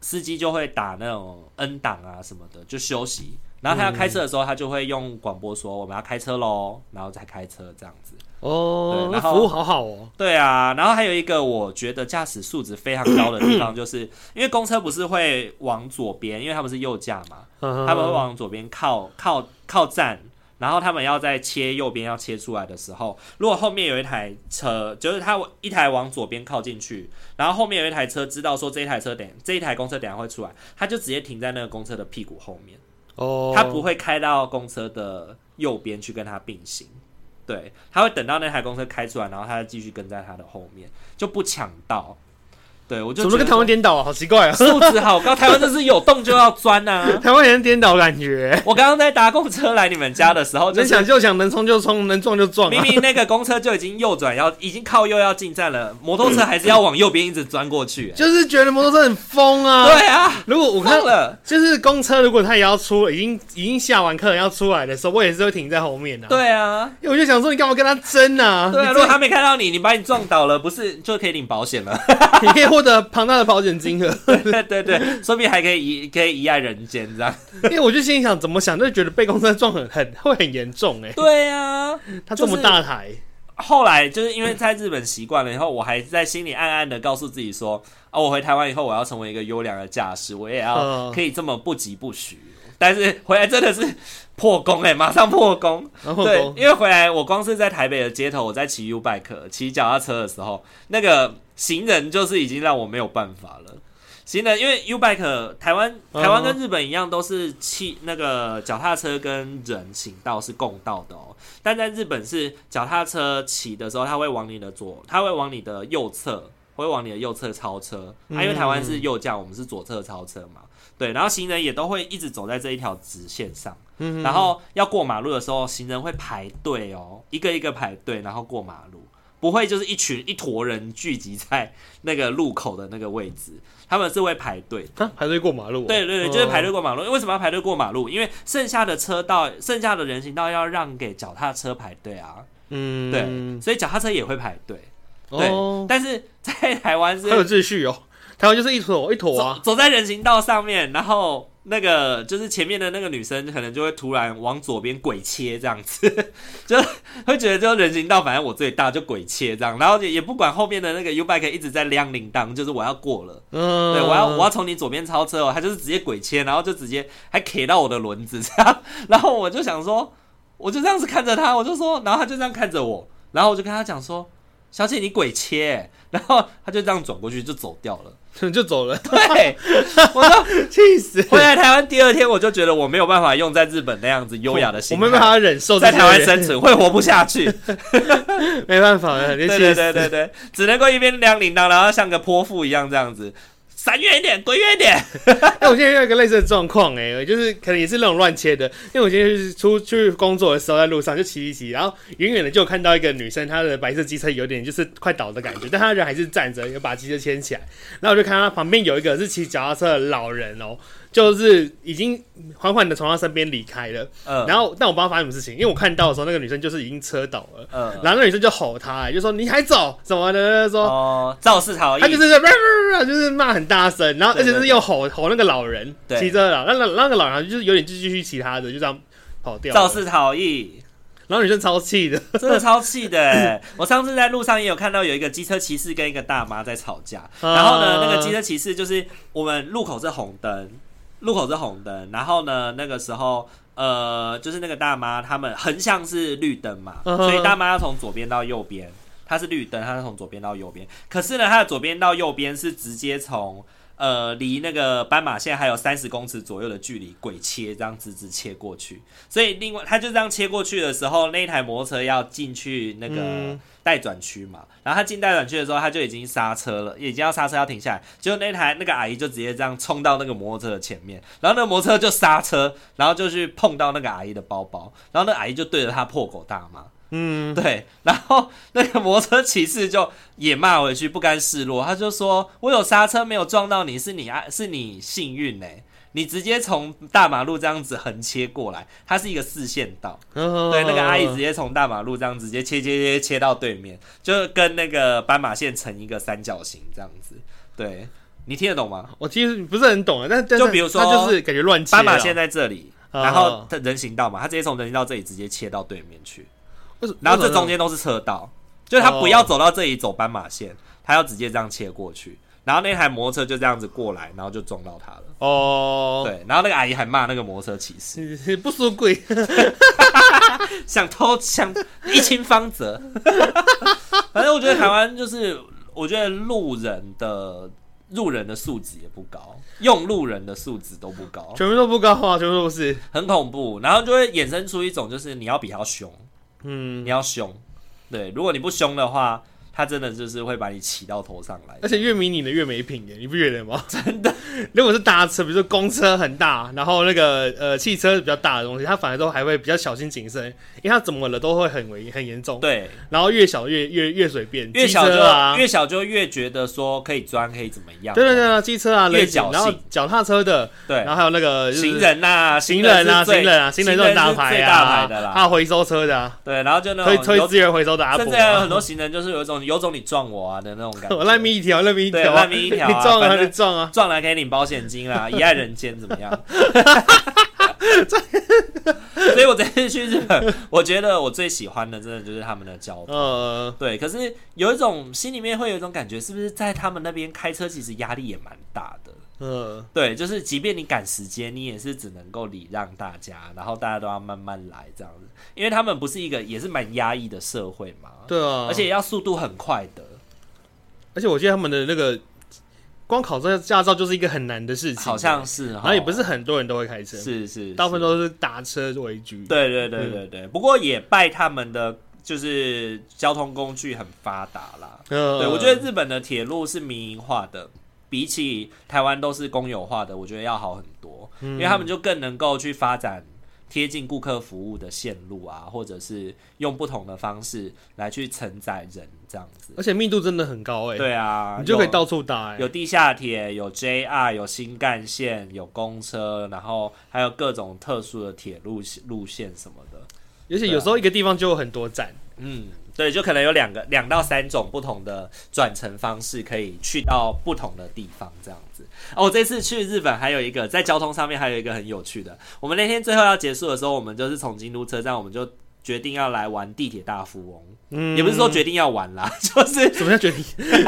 Speaker 1: 司机就会打那种 N 档啊什么的，就休息。然后他要开车的时候，他就会用广播说我们要开车喽，然后再开车这样子。
Speaker 2: 哦
Speaker 1: 对，
Speaker 2: 那
Speaker 1: 然后
Speaker 2: 服务好好哦。
Speaker 1: 对啊，然后还有一个我觉得驾驶素质非常高的地方，就是 因为公车不是会往左边，因为他们是右驾嘛，他
Speaker 2: 他
Speaker 1: 们会往左边靠靠靠站，然后他们要在切右边要切出来的时候，如果后面有一台车，就是他一台往左边靠进去，然后后面有一台车知道说这一台车等这一台公车等一下会出来，他就直接停在那个公车的屁股后面。
Speaker 2: 哦，
Speaker 1: 他不会开到公车的右边去跟它并行，对，他会等到那台公车开出来，然后他再继续跟在他的后面，就不抢道。对我就
Speaker 2: 怎么
Speaker 1: 觉
Speaker 2: 跟
Speaker 1: 得
Speaker 2: 台湾颠倒啊？好奇怪啊！。
Speaker 1: 素质好高，台湾就是有洞就要钻呐、啊
Speaker 2: 台湾人颠倒感觉，
Speaker 1: 我刚刚在搭公车来你们家的时 候，就
Speaker 2: 能
Speaker 1: 是
Speaker 2: 抢就抢，能冲就冲，能撞就撞
Speaker 1: 明
Speaker 2: 啊！
Speaker 1: 明那个公车就已经右转要，已经靠右要进站了，摩托车还是要往右边一直钻过 去、欸
Speaker 2: 就是觉得摩托车很疯啊。
Speaker 1: 对啊，
Speaker 2: 如果我看
Speaker 1: 忘了，
Speaker 2: 就是公车，如果他也要出，已经已经下完课要出来的时候，我也是会停在后面的、啊。
Speaker 1: 对啊，
Speaker 2: 因为我就想说，你干嘛跟他争啊？
Speaker 1: 对啊，
Speaker 2: 你
Speaker 1: 如
Speaker 2: 这
Speaker 1: 果他没看到你，你把你撞倒了，不是就可以领保险了？
Speaker 2: 你可以获得庞大的保险金额。
Speaker 1: 对对 对，说不定还可以一可以一爱人间这样。
Speaker 2: 因为我就心里想，怎么想就觉得被公车撞很很会很严重哎、
Speaker 1: 对啊，
Speaker 2: 他这么大台，
Speaker 1: 后来就是因为在日本习惯了以后，我还在心里暗暗的告诉自己说，啊，我回台湾以后我要成为一个优良的驾驶，我也要
Speaker 2: 嗯
Speaker 1: 可以这么不疾不徐。但是回来真的是破功哎、马上破功。
Speaker 2: 然后
Speaker 1: 对
Speaker 2: 公，
Speaker 1: 因为回来我光是在台北的街头，我在骑 U bike 骑脚踏车的时候，那个行人就是已经让我没有办法了。行人，因为 U bike 台湾
Speaker 2: 嗯
Speaker 1: 台湾跟日本一样，都是汽那个脚踏车跟人行道是共道的哦。但在日本是脚踏车骑的时候，它会往你的左，它会往你的右侧，会往你的右侧超车。啊，因为台湾
Speaker 2: 嗯
Speaker 1: 是右驾，我们是左侧超车嘛。对，然后行人也都会一直走在这一条直线上。
Speaker 2: 嗯
Speaker 1: 然后要过马路的时候，行人会排队哦，一个一个排队，然后过马路，不会就是一群一坨人聚集在那个路口的那个位置，他们是会排队。
Speaker 2: 啊排队过马路、
Speaker 1: 对对对，就是排
Speaker 2: 队。
Speaker 1: 队过马路。为什么要排队过马路？因为剩下的车道、剩下的人行道要让给脚踏车排队啊，
Speaker 2: 嗯，
Speaker 1: 对，所以脚踏车也会排队。对
Speaker 2: 哦，
Speaker 1: 但是在台湾是
Speaker 2: 很有秩序哦。台湾就是一坨一坨
Speaker 1: 走
Speaker 2: 啊，
Speaker 1: 走在人行道上面，然后那个就是前面的那个女生可能就会突然往左边鬼切这样子， 就会觉得就人行道反正我最大就鬼切这样，然后也也不管后面的那个 U bike 一直在亮铃铛，就是我要过了，
Speaker 2: 嗯，
Speaker 1: 对我要我要从你左边超车哦，他就是直接鬼切，然后就直接还 K 到我的轮子这样，然后我就想说，我就这样子看着他，我就说，然后他就这样看着我，然后我就跟他讲说，小姐你鬼切，欸然后他就这样转过去就走掉了。
Speaker 2: 就走了，
Speaker 1: 对，我就
Speaker 2: 气死！
Speaker 1: 回来台湾第二天，我就觉得我没有办法用在日本那样子优雅的心
Speaker 2: 我
Speaker 1: 态，
Speaker 2: 没办法忍受
Speaker 1: 在
Speaker 2: 这
Speaker 1: 台湾
Speaker 2: 些
Speaker 1: 生存，会活不下 去。
Speaker 2: 人，没办法，很
Speaker 1: 对对对对对，只能够一边亮铃铛，然后像个泼妇一样这样子，闪远一点，滚远一点。
Speaker 2: 哎，我现在遇到一个类似的状况，哎，就是可能也是那种乱切的，因为我今天就是出去工作的时候，在路上就骑一骑，然后远远的就有看到一个女生，她的白色机车有点就是快倒的感觉，但她人还是站着，有把机车牵起来，然后我就看到她旁边有一个是骑脚踏车的老人哦，就是已经缓缓的从她身边离开了，
Speaker 1: 嗯
Speaker 2: 然后但我不知道发生什么事情，因为我看到的时候，那个女生就是已经车倒了，
Speaker 1: 嗯，
Speaker 2: 然后那女生就吼她，哎就说你还走什么的，说
Speaker 1: 哦，肇事逃逸，
Speaker 2: 他就是在
Speaker 1: 哎
Speaker 2: 就是骂很大声，然后而且是又吼吼那个老人
Speaker 1: 对
Speaker 2: 骑车的老，那那那个老人就是有点继续骑他的，就这样跑掉了
Speaker 1: 肇事逃逸。
Speaker 2: 然后女生超 气的，
Speaker 1: 真的超气的欸！我上次在路上也有看到有一个机车骑士跟一个大妈在吵架，
Speaker 2: 啊
Speaker 1: 然后呢，那个机车骑士就是我们路口是红灯，路口是红灯，然后呢，那个时候呃，就是那个大妈他们横向是绿灯嘛，
Speaker 2: 嗯
Speaker 1: 所以大妈要从左边到右边，它是绿灯，它是从左边到右边，可是呢，它的左边到右边是直接从。呃，离那个斑马线还有三十公尺左右的距离，鬼切这样直直切过去，所以另外他就这样切过去的时候，那一台摩托车要进去那个
Speaker 2: 嗯
Speaker 1: 待转区嘛，然后他进待转区的时候，他就已经刹车了，已经要刹车要停下来，结果那台那个阿姨就直接这样冲到那个摩托车的前面，然后那个摩托车就刹车，然后就去碰到那个阿姨的包包，然后那个阿姨就对着他破口大骂，
Speaker 2: 嗯，
Speaker 1: 对，然后那个摩托车骑士就也骂回去，不甘示弱，他就说：“我有刹车没有撞到你，是你啊，是你幸运呢、欸你直接从大马路这样子横切过来，它是一个四线道，对，
Speaker 2: 对
Speaker 1: 那个阿姨直接从大马路这样直接切切切切到对面，就是跟那个斑马线成一个三角形这样子。对你听得懂吗？
Speaker 2: 我其实不是很懂啊，但但是
Speaker 1: 就比如说
Speaker 2: 他就是感觉乱切了。
Speaker 1: 斑马线在这里，
Speaker 2: 哦
Speaker 1: 然后它人行道嘛，它直接从人行道这里直接切到对面去。
Speaker 2: 为什么，
Speaker 1: 然后这中间都是车道，就是他不要走到这里走斑马线，他要直接这样切过去。然后那台摩托车就这样子过来，然后就撞到他了。
Speaker 2: 哦，
Speaker 1: 对，然后那个阿姨还骂那个摩托车骑士
Speaker 2: 对， 不说贵，
Speaker 1: 想偷想一清方泽。反正我觉得台湾就是，我觉得路人的路人的素质也不高，用路人的素质都不高，
Speaker 2: 全部都不高啊，全部都不是。
Speaker 1: 很恐怖。然后就会衍生出一种，就是你要比他凶，
Speaker 2: 嗯，
Speaker 1: 你要凶。对，如果你不凶的话，他真的就是会把你骑到头上来。
Speaker 2: 而且越迷你的越没品耶，你不觉 得吗？真的，如果是搭车，比如说公车很大，然后那个呃汽车比较大的东西，它反而都还会比较小心谨慎，因为它怎么了都会很危很严重。
Speaker 1: 对，
Speaker 2: 然后越小越越越随便，
Speaker 1: 越小
Speaker 2: 机
Speaker 1: 就、
Speaker 2: 车啊，
Speaker 1: 越小就越觉得说可以钻，可以怎么样？
Speaker 2: 对对对啊，机车啊，
Speaker 1: 越
Speaker 2: 雷警
Speaker 1: 侥幸
Speaker 2: 然后脚踏车的，
Speaker 1: 对
Speaker 2: 然后还有那个就是
Speaker 1: 行人呐、
Speaker 2: 行人啊，
Speaker 1: 是最
Speaker 2: 行人啊，行人这种大
Speaker 1: 是
Speaker 2: 牌
Speaker 1: 最
Speaker 2: 啊，
Speaker 1: 大牌的啦。
Speaker 2: 还有回收车的啊，
Speaker 1: 对，然后就那
Speaker 2: 推
Speaker 1: 种
Speaker 2: 推
Speaker 1: 有
Speaker 2: 资源回收的阿
Speaker 1: 甚
Speaker 2: 伯
Speaker 1: 至还有很
Speaker 2: 啊，
Speaker 1: 多行人就是有一种有种你撞我啊的那种感觉，
Speaker 2: 我烂命一条，烂命一
Speaker 1: 对
Speaker 2: 条啊，
Speaker 1: 烂命一条啊
Speaker 2: 你撞
Speaker 1: 反
Speaker 2: 啊，
Speaker 1: 正
Speaker 2: 你撞啊，
Speaker 1: 撞来可以领保险金 啦，一爱人间怎么样？所以我这次去日本，我觉得我最喜欢的真的就是他们的交通。
Speaker 2: 呃，
Speaker 1: 对，可是有一种心里面会有一种感觉，是不是在他们那边开车其实压力也蛮大的？
Speaker 2: 呃，
Speaker 1: 对，就是即便你赶时间，你也是只能够礼让大家，然后大家都要慢慢来这样子，因为他们不是一个也是蛮压抑的社会嘛，
Speaker 2: 对啊，
Speaker 1: 而且要速度很快的，
Speaker 2: 而且我觉得他们的那个光考这个驾照就是一个很难的事情，
Speaker 1: 好像是，然
Speaker 2: 然后也不是很多人都会开车，
Speaker 1: 是是，
Speaker 2: 大部分
Speaker 1: 是
Speaker 2: 都是搭车为主。
Speaker 1: 对对对对对，不过也拜他们的就是交通工具很发达啦，
Speaker 2: 呃，
Speaker 1: 对我觉得日本的铁路是民营化的。比起台湾都是公有化的，我觉得要好很多，因为他们就更能够去发展贴近顾客服务的线路啊，或者是用不同的方式来去承载人这样子。
Speaker 2: 而且密度真的很高哎、
Speaker 1: 对啊，
Speaker 2: 你就可以
Speaker 1: 有
Speaker 2: 到处搭哎、
Speaker 1: 有地下铁，有 JR，有新干线，有公车，然后还有各种特殊的铁路路线什么的。
Speaker 2: 而且有时候一个地方就有很多站，
Speaker 1: 嗯，对，就可能有两个两到三种不同的转乘方式，可以去到不同的地方这样子。哦，我这次去日本还有一个在交通上面还有一个很有趣的，我们那天最后要结束的时候，我们就是从京都车站，我们就决定要来玩地铁大富翁，
Speaker 2: 嗯，
Speaker 1: 也不是说决定要玩啦， 就是
Speaker 2: 什么叫决定，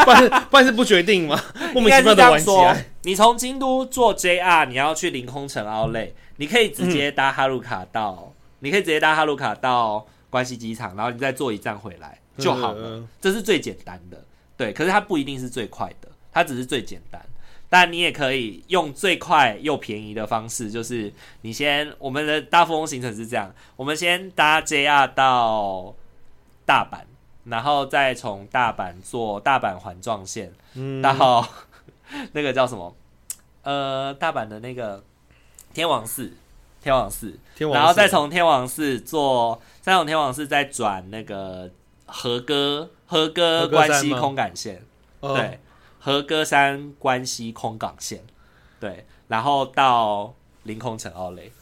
Speaker 2: 不然是不然是不决定吗？
Speaker 1: 应
Speaker 2: 莫名
Speaker 1: 该
Speaker 2: 其
Speaker 1: 是这
Speaker 2: 妙的
Speaker 1: 样
Speaker 2: 玩起
Speaker 1: 说
Speaker 2: 来，，
Speaker 1: 你从京都坐 JR，你要去凌空城奥莱，你可以直接搭哈鲁卡到，你可以直接搭哈鲁卡到关西机场，然后你再坐一站回来就好了。
Speaker 2: 嗯
Speaker 1: 这是最简单的，对。可是它不一定是最快的，它只是最简单。但你也可以用最快又便宜的方式，就是你先我们的大富翁行程是这样，我们先搭 JR 到大阪，然后再从大阪坐大阪环状线
Speaker 2: 嗯
Speaker 1: 到 那个叫什么？呃，大阪的那个天王寺，天王寺，
Speaker 2: 天王寺
Speaker 1: 然后再从天王寺坐，再从天王寺再转那个和歌和歌
Speaker 2: 和歌
Speaker 1: 关
Speaker 2: 山
Speaker 1: 西
Speaker 2: 吗
Speaker 1: 空港线，
Speaker 2: 哦
Speaker 1: 对，和歌山关西空港线，对，然后到凌空城奥雷，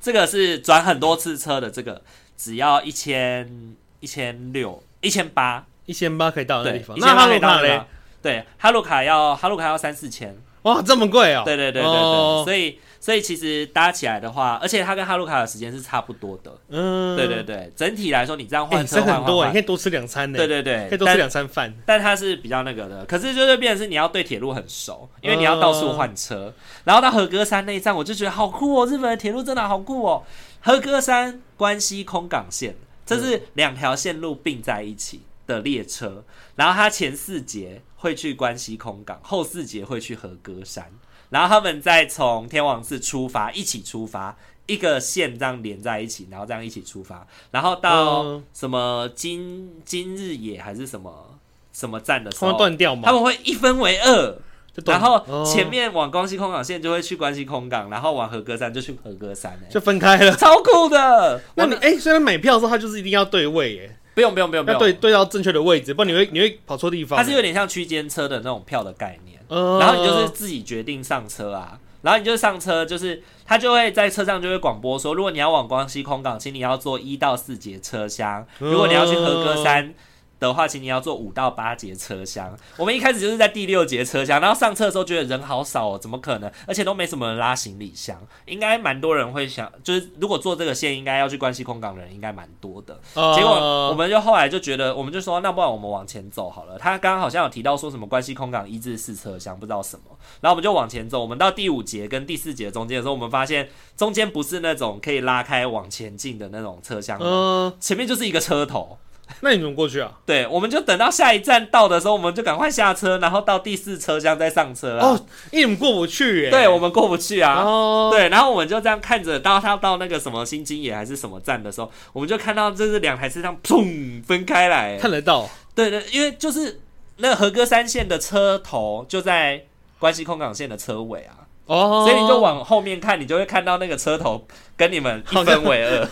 Speaker 1: 这个是转很多次车的，这个只要一千一千六一千八，
Speaker 2: 一千八可以到的
Speaker 1: 对
Speaker 2: 地方，，
Speaker 1: 1800
Speaker 2: 那哈鲁
Speaker 1: 到
Speaker 2: 卡
Speaker 1: 那个地
Speaker 2: 嘞
Speaker 1: 方？对，哈鲁卡要哈鲁卡要三四千，
Speaker 2: 哇，这么贵哦、
Speaker 1: 对对对对对，
Speaker 2: 哦
Speaker 1: 所以所以其实搭起来的话，而且它跟哈鲁卡的时间是差不多的，
Speaker 2: 嗯，
Speaker 1: 对对对，整体来说你这样
Speaker 2: 哎
Speaker 1: 换
Speaker 2: 你
Speaker 1: 车
Speaker 2: 省
Speaker 1: 换
Speaker 2: 很
Speaker 1: 换
Speaker 2: 多、欸，你可
Speaker 1: 换，
Speaker 2: 以多吃两餐呢、
Speaker 1: 对对对，
Speaker 2: 可以多吃
Speaker 1: 但
Speaker 2: 两餐饭。
Speaker 1: 但它是比较那个的，可是就是变成是你要对铁路很熟，因为你要到处换车。然后到和歌山那一站，我就觉得好酷哦，日本的铁路真的好酷哦。和歌山关西空港线，这是两条线路并在一起的列车，然后它前四节会去关西空港，后四节会去和歌山，然后他们再从天王寺出发，一起出发。一个线这样连在一起，然后这样一起出发，然后到
Speaker 2: 嗯
Speaker 1: 什么今今日野还是什么什么站的时
Speaker 2: 他们
Speaker 1: 候，
Speaker 2: 断掉
Speaker 1: 哦他
Speaker 2: 嘛？
Speaker 1: 们会一分为二，
Speaker 2: 就懂
Speaker 1: 然后
Speaker 2: 哦
Speaker 1: 前面往关西空港线就会去关西空港，然后往和歌山就去和歌山、欸，
Speaker 2: 就分开了。
Speaker 1: 超酷的。
Speaker 2: 那
Speaker 1: 我
Speaker 2: 你哎、所以买票的时候，他就是一定要对位耶，
Speaker 1: 不用不用不用不
Speaker 2: 要
Speaker 1: 用，
Speaker 2: 对对到正确的位置，不然你会你会跑错地方。
Speaker 1: 它是有点像区间车的那种票的概念。
Speaker 2: 呃，
Speaker 1: 然后你就是自己决定上车啊，然后你就上车，就是他就会在车上就会广播说，如果你要往关西空港，请你要坐一到四节车厢；如果你要去和歌山。的话，请你要坐五到八节车厢。我们一开始就是在第六节车厢，然后上车的时候觉得人好少哦，怎么可能？而且都没什么人拉行李箱，应该蛮多人会想，就是如果坐这个线，应该要去关西空港的人应该蛮多的。
Speaker 2: 呃，
Speaker 1: 结果我们就后来就觉得，我们就说，那不然我们往前走好了。他刚刚好像有提到说什么关系空港一至四车厢，不知道什么。然后我们就往前走，我们到第五节跟第四节中间的时候，我们发现中间不是那种可以拉开往前进的那种车厢门，
Speaker 2: 呃，
Speaker 1: 前面就是一个车头。
Speaker 2: 那你怎么过去啊？
Speaker 1: 对，我们就等到下一站到的时候，我们就赶快下车，然后到第四车厢再上车、啊。
Speaker 2: 哦，因为你们过不去耶。
Speaker 1: 对我们过不去啊。
Speaker 2: 哦，
Speaker 1: 对，然后我们就这样看着，到他到那个什么新津野还是什么站的时候，我们就看到这是两台车厢砰分开来，
Speaker 2: 看得到。
Speaker 1: 对对，因为就是那和歌山线的车头就在关西空港线的车尾啊，
Speaker 2: 哦，
Speaker 1: 所以你就往后面看，你就会看到那个车头跟你们一
Speaker 2: 好
Speaker 1: 分为 二，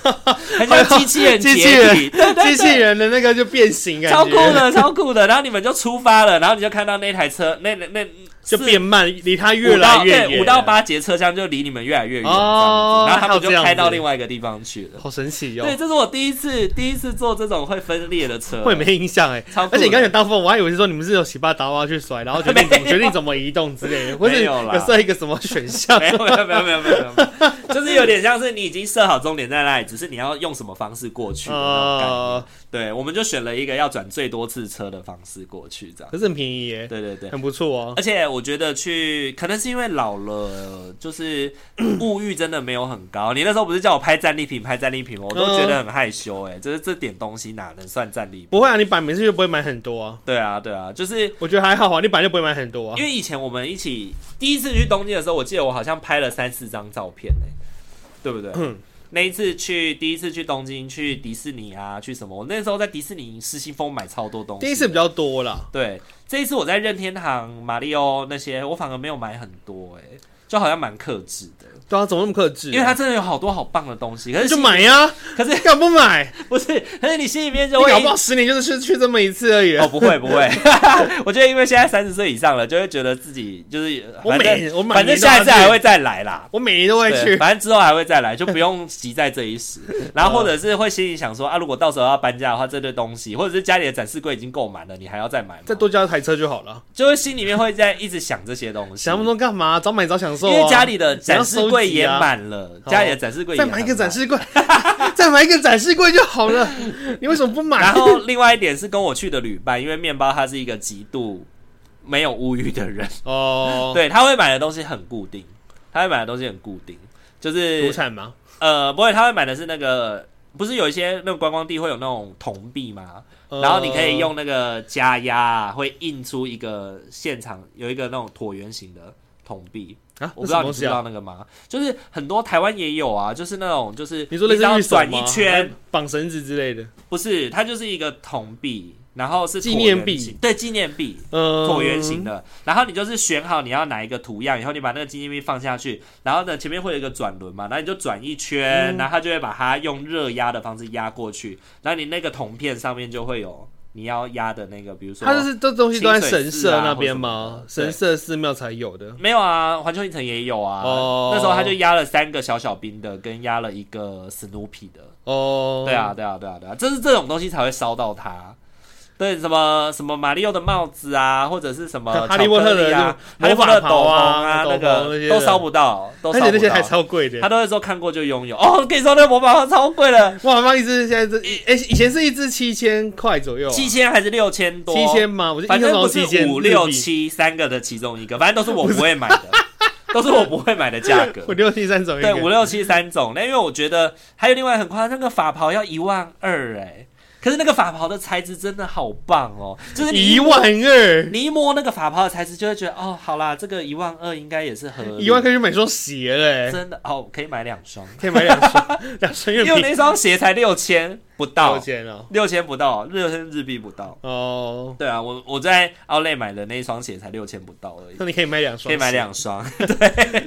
Speaker 1: 很像机器人解体，
Speaker 2: 机器人
Speaker 1: 对对
Speaker 2: 机器
Speaker 1: 对。
Speaker 2: 人的那个就变形感觉，
Speaker 1: 超酷的，超酷的！然后你们就出发了，然后你就看到那台车，那那那
Speaker 2: 就变慢，离它
Speaker 1: 四
Speaker 2: 越
Speaker 1: 五
Speaker 2: 来越
Speaker 1: 到
Speaker 2: 远，
Speaker 1: 对五到八节车厢就离你们越来越远，这样子
Speaker 2: 哦
Speaker 1: 然后他们就
Speaker 2: 还有这样子
Speaker 1: 开到另外一个地方去了。
Speaker 2: 好神奇
Speaker 1: 对，
Speaker 2: 哦！
Speaker 1: 这是我第一次第一次坐这种会分裂的车，
Speaker 2: 会没印象哎，
Speaker 1: 超酷的
Speaker 2: 而且你刚才讲大部分，我还以为是说你们是有洗把刀啊去甩，然后决定怎 么
Speaker 1: 没有
Speaker 2: 决定怎么移动之类的，或者
Speaker 1: 没有啦
Speaker 2: 有设一个什么选项
Speaker 1: 没有没有没有没有没有，没有，就是有点像是你已经设好终点在那里，只是你要用什么方式过去的那种感觉。
Speaker 2: 呃，
Speaker 1: 对，我们就选了一个要转最多次车的方式过去，这样。
Speaker 2: 可是很便宜耶，
Speaker 1: 对对对。
Speaker 2: 很不错哦。
Speaker 1: 而且我觉得去，可能是因为老了，就是物欲真的没有很高。你那时候不是叫我拍战利品，拍战利品吗，我都觉得很害羞哎、就是这点东西哪能算战利品？
Speaker 2: 不会啊，你摆每次就不会买很多啊，
Speaker 1: 对啊，对啊，就是
Speaker 2: 我觉得还好啊，你摆就不会买很多啊
Speaker 1: 因。为以前我们一起第一次去东京的时候，我记得我好像拍了三四张照片呢、对不对？
Speaker 2: 嗯
Speaker 1: 那一次去第一次去东京，去迪士尼啊，去什么？我那时候在迪士尼失心疯买超多东西。
Speaker 2: 第一次比较多啦，
Speaker 1: 对，这一次我在任天堂、马里奥那些，我反而没有买很多、欸，就好像蛮克制的，
Speaker 2: 对啊，怎么那么克制啊？
Speaker 1: 因为它真的有好多好棒的东西，可是
Speaker 2: 就
Speaker 1: 心
Speaker 2: 买呀、啊，
Speaker 1: 可是
Speaker 2: 干嘛不买？
Speaker 1: 不是，可是你心里面就
Speaker 2: 你
Speaker 1: 会
Speaker 2: 搞不好十年就是去去这么一次而已 啊。
Speaker 1: 哦，不会不会，我觉得因为现在三十岁以上了，就会觉得自己就是
Speaker 2: 我
Speaker 1: 反
Speaker 2: 每
Speaker 1: 正
Speaker 2: 我每
Speaker 1: 反正
Speaker 2: 年都要
Speaker 1: 下一次还
Speaker 2: 去
Speaker 1: 会再来啦，
Speaker 2: 我每年都会
Speaker 1: 对，
Speaker 2: 去。
Speaker 1: 反正之后还会再来，就 不用急在这一时。然后或者是会心里想说啊，如果到时候要搬家的话，这堆东西，或者是家里的展示柜已经够满了，你还要再买吗？
Speaker 2: 再多加一台车就好了，
Speaker 1: 就会心里面会在一直想这些东西，
Speaker 2: 想那么多干嘛？早买早享受、
Speaker 1: 因
Speaker 2: 啊。
Speaker 1: 为家里的
Speaker 2: 只要
Speaker 1: 展示柜
Speaker 2: 收集
Speaker 1: 也
Speaker 2: 啊
Speaker 1: 满了，
Speaker 2: 哦
Speaker 1: 家里的展示柜也
Speaker 2: 再
Speaker 1: 很
Speaker 2: 买一个展
Speaker 1: 满。
Speaker 2: 示柜， 再买一个展示柜就好了。你为什么不买？
Speaker 1: 然后另外一点是跟我去的旅伴，因为面包他是一个极度没有物欲的人，
Speaker 2: 哦，
Speaker 1: 对他会买的东西很固定，他会买的东西很固定，就是
Speaker 2: 土产吗？
Speaker 1: 呃，不会，他会买的是那个，不是有一些那种观光地会有那种铜币吗？
Speaker 2: 呃
Speaker 1: 然后你可以用那个加压啊，会印出一个现场有一个那种椭圆形的铜币。
Speaker 2: 啊，
Speaker 1: 我不知道
Speaker 2: 那
Speaker 1: 你
Speaker 2: 什
Speaker 1: 知
Speaker 2: 么东西
Speaker 1: 道
Speaker 2: 啊？
Speaker 1: 那个吗？就是很多台湾也有啊，就是那种就是
Speaker 2: 你说类
Speaker 1: 只要
Speaker 2: 似玉手
Speaker 1: 转
Speaker 2: 吗
Speaker 1: 一圈，，
Speaker 2: 绑绳子之类的，
Speaker 1: 不是，它就是一个铜币，然后是
Speaker 2: 纪
Speaker 1: 椭圆
Speaker 2: 念币
Speaker 1: 形，对，纪念币。
Speaker 2: 呃，
Speaker 1: 椭圆形的，然后你就是选好你要哪一个图样，以后你把那个纪念币放下去，然后呢前面会有一个转轮嘛，然后你就转一圈，
Speaker 2: 嗯
Speaker 1: 然后它就会把它用热压的方式压过去，然后你那个铜片上面就会有你要压的那个，比如说
Speaker 2: 它就是这东西都在神
Speaker 1: 清水寺
Speaker 2: 社
Speaker 1: 啊
Speaker 2: 那边
Speaker 1: 或什么
Speaker 2: 吗
Speaker 1: 的？对
Speaker 2: 神社寺庙才有的。
Speaker 1: 没有啊，环球影城也有啊，
Speaker 2: 哦
Speaker 1: 那时候他就压了三个小小兵的，跟压了一个史努比的，
Speaker 2: 哦，
Speaker 1: 对啊，，对啊，对啊，对啊，这是这种东西才会烧到它。对，什么什么马里奥的帽子啊，或者是什么
Speaker 2: 哈哈利波特的
Speaker 1: 巧克力啊，
Speaker 2: 那
Speaker 1: 哈利波
Speaker 2: 种魔
Speaker 1: 特斗
Speaker 2: 法袍
Speaker 1: 篷
Speaker 2: 啊
Speaker 1: 啊，那
Speaker 2: 斗篷那
Speaker 1: 个
Speaker 2: 些
Speaker 1: 都
Speaker 2: 的
Speaker 1: 烧不到，都
Speaker 2: 而
Speaker 1: 烧
Speaker 2: 且那
Speaker 1: 不
Speaker 2: 些还
Speaker 1: 到。
Speaker 2: 超贵的
Speaker 1: 他。都会说看过就拥有哦，跟你说那个魔法棒超贵了，
Speaker 2: 哇，妈一只现在这，哎、以前是一只七千块左右啊、
Speaker 1: 七千还是六千多？
Speaker 2: 七千，吗？我就印
Speaker 1: 反
Speaker 2: 象
Speaker 1: 正不
Speaker 2: 中七
Speaker 1: 是
Speaker 2: 千
Speaker 1: 五六
Speaker 2: 日币
Speaker 1: 七三个的其中一个，反正都是我不会 买的，都是我不会买的价格。
Speaker 2: 五六七三左右。
Speaker 1: 对，五六七三种。那因为我觉得还有另外很夸张，那个法袍要一万二哎，可是那个法袍的材质真的好棒哦，就是你
Speaker 2: 一万二，
Speaker 1: 你一摸那个法袍的材质，就会觉得哦，好啦，这个一万二应该也是合理
Speaker 2: 一万可以去买双鞋哎嘞、
Speaker 1: 真的哦，可以买两 双，
Speaker 2: 可以买两 双，两双
Speaker 1: 因
Speaker 2: 月
Speaker 1: 为
Speaker 2: 饼
Speaker 1: 那双鞋才六千不到
Speaker 2: 多，钱哦？
Speaker 1: 六千不到，六千日币不到。
Speaker 2: 哦，
Speaker 1: 对啊，我我在 Outlet 买的那一双鞋才六千不到而已，
Speaker 2: 那你可以买两双，
Speaker 1: 可以买，两双。 对，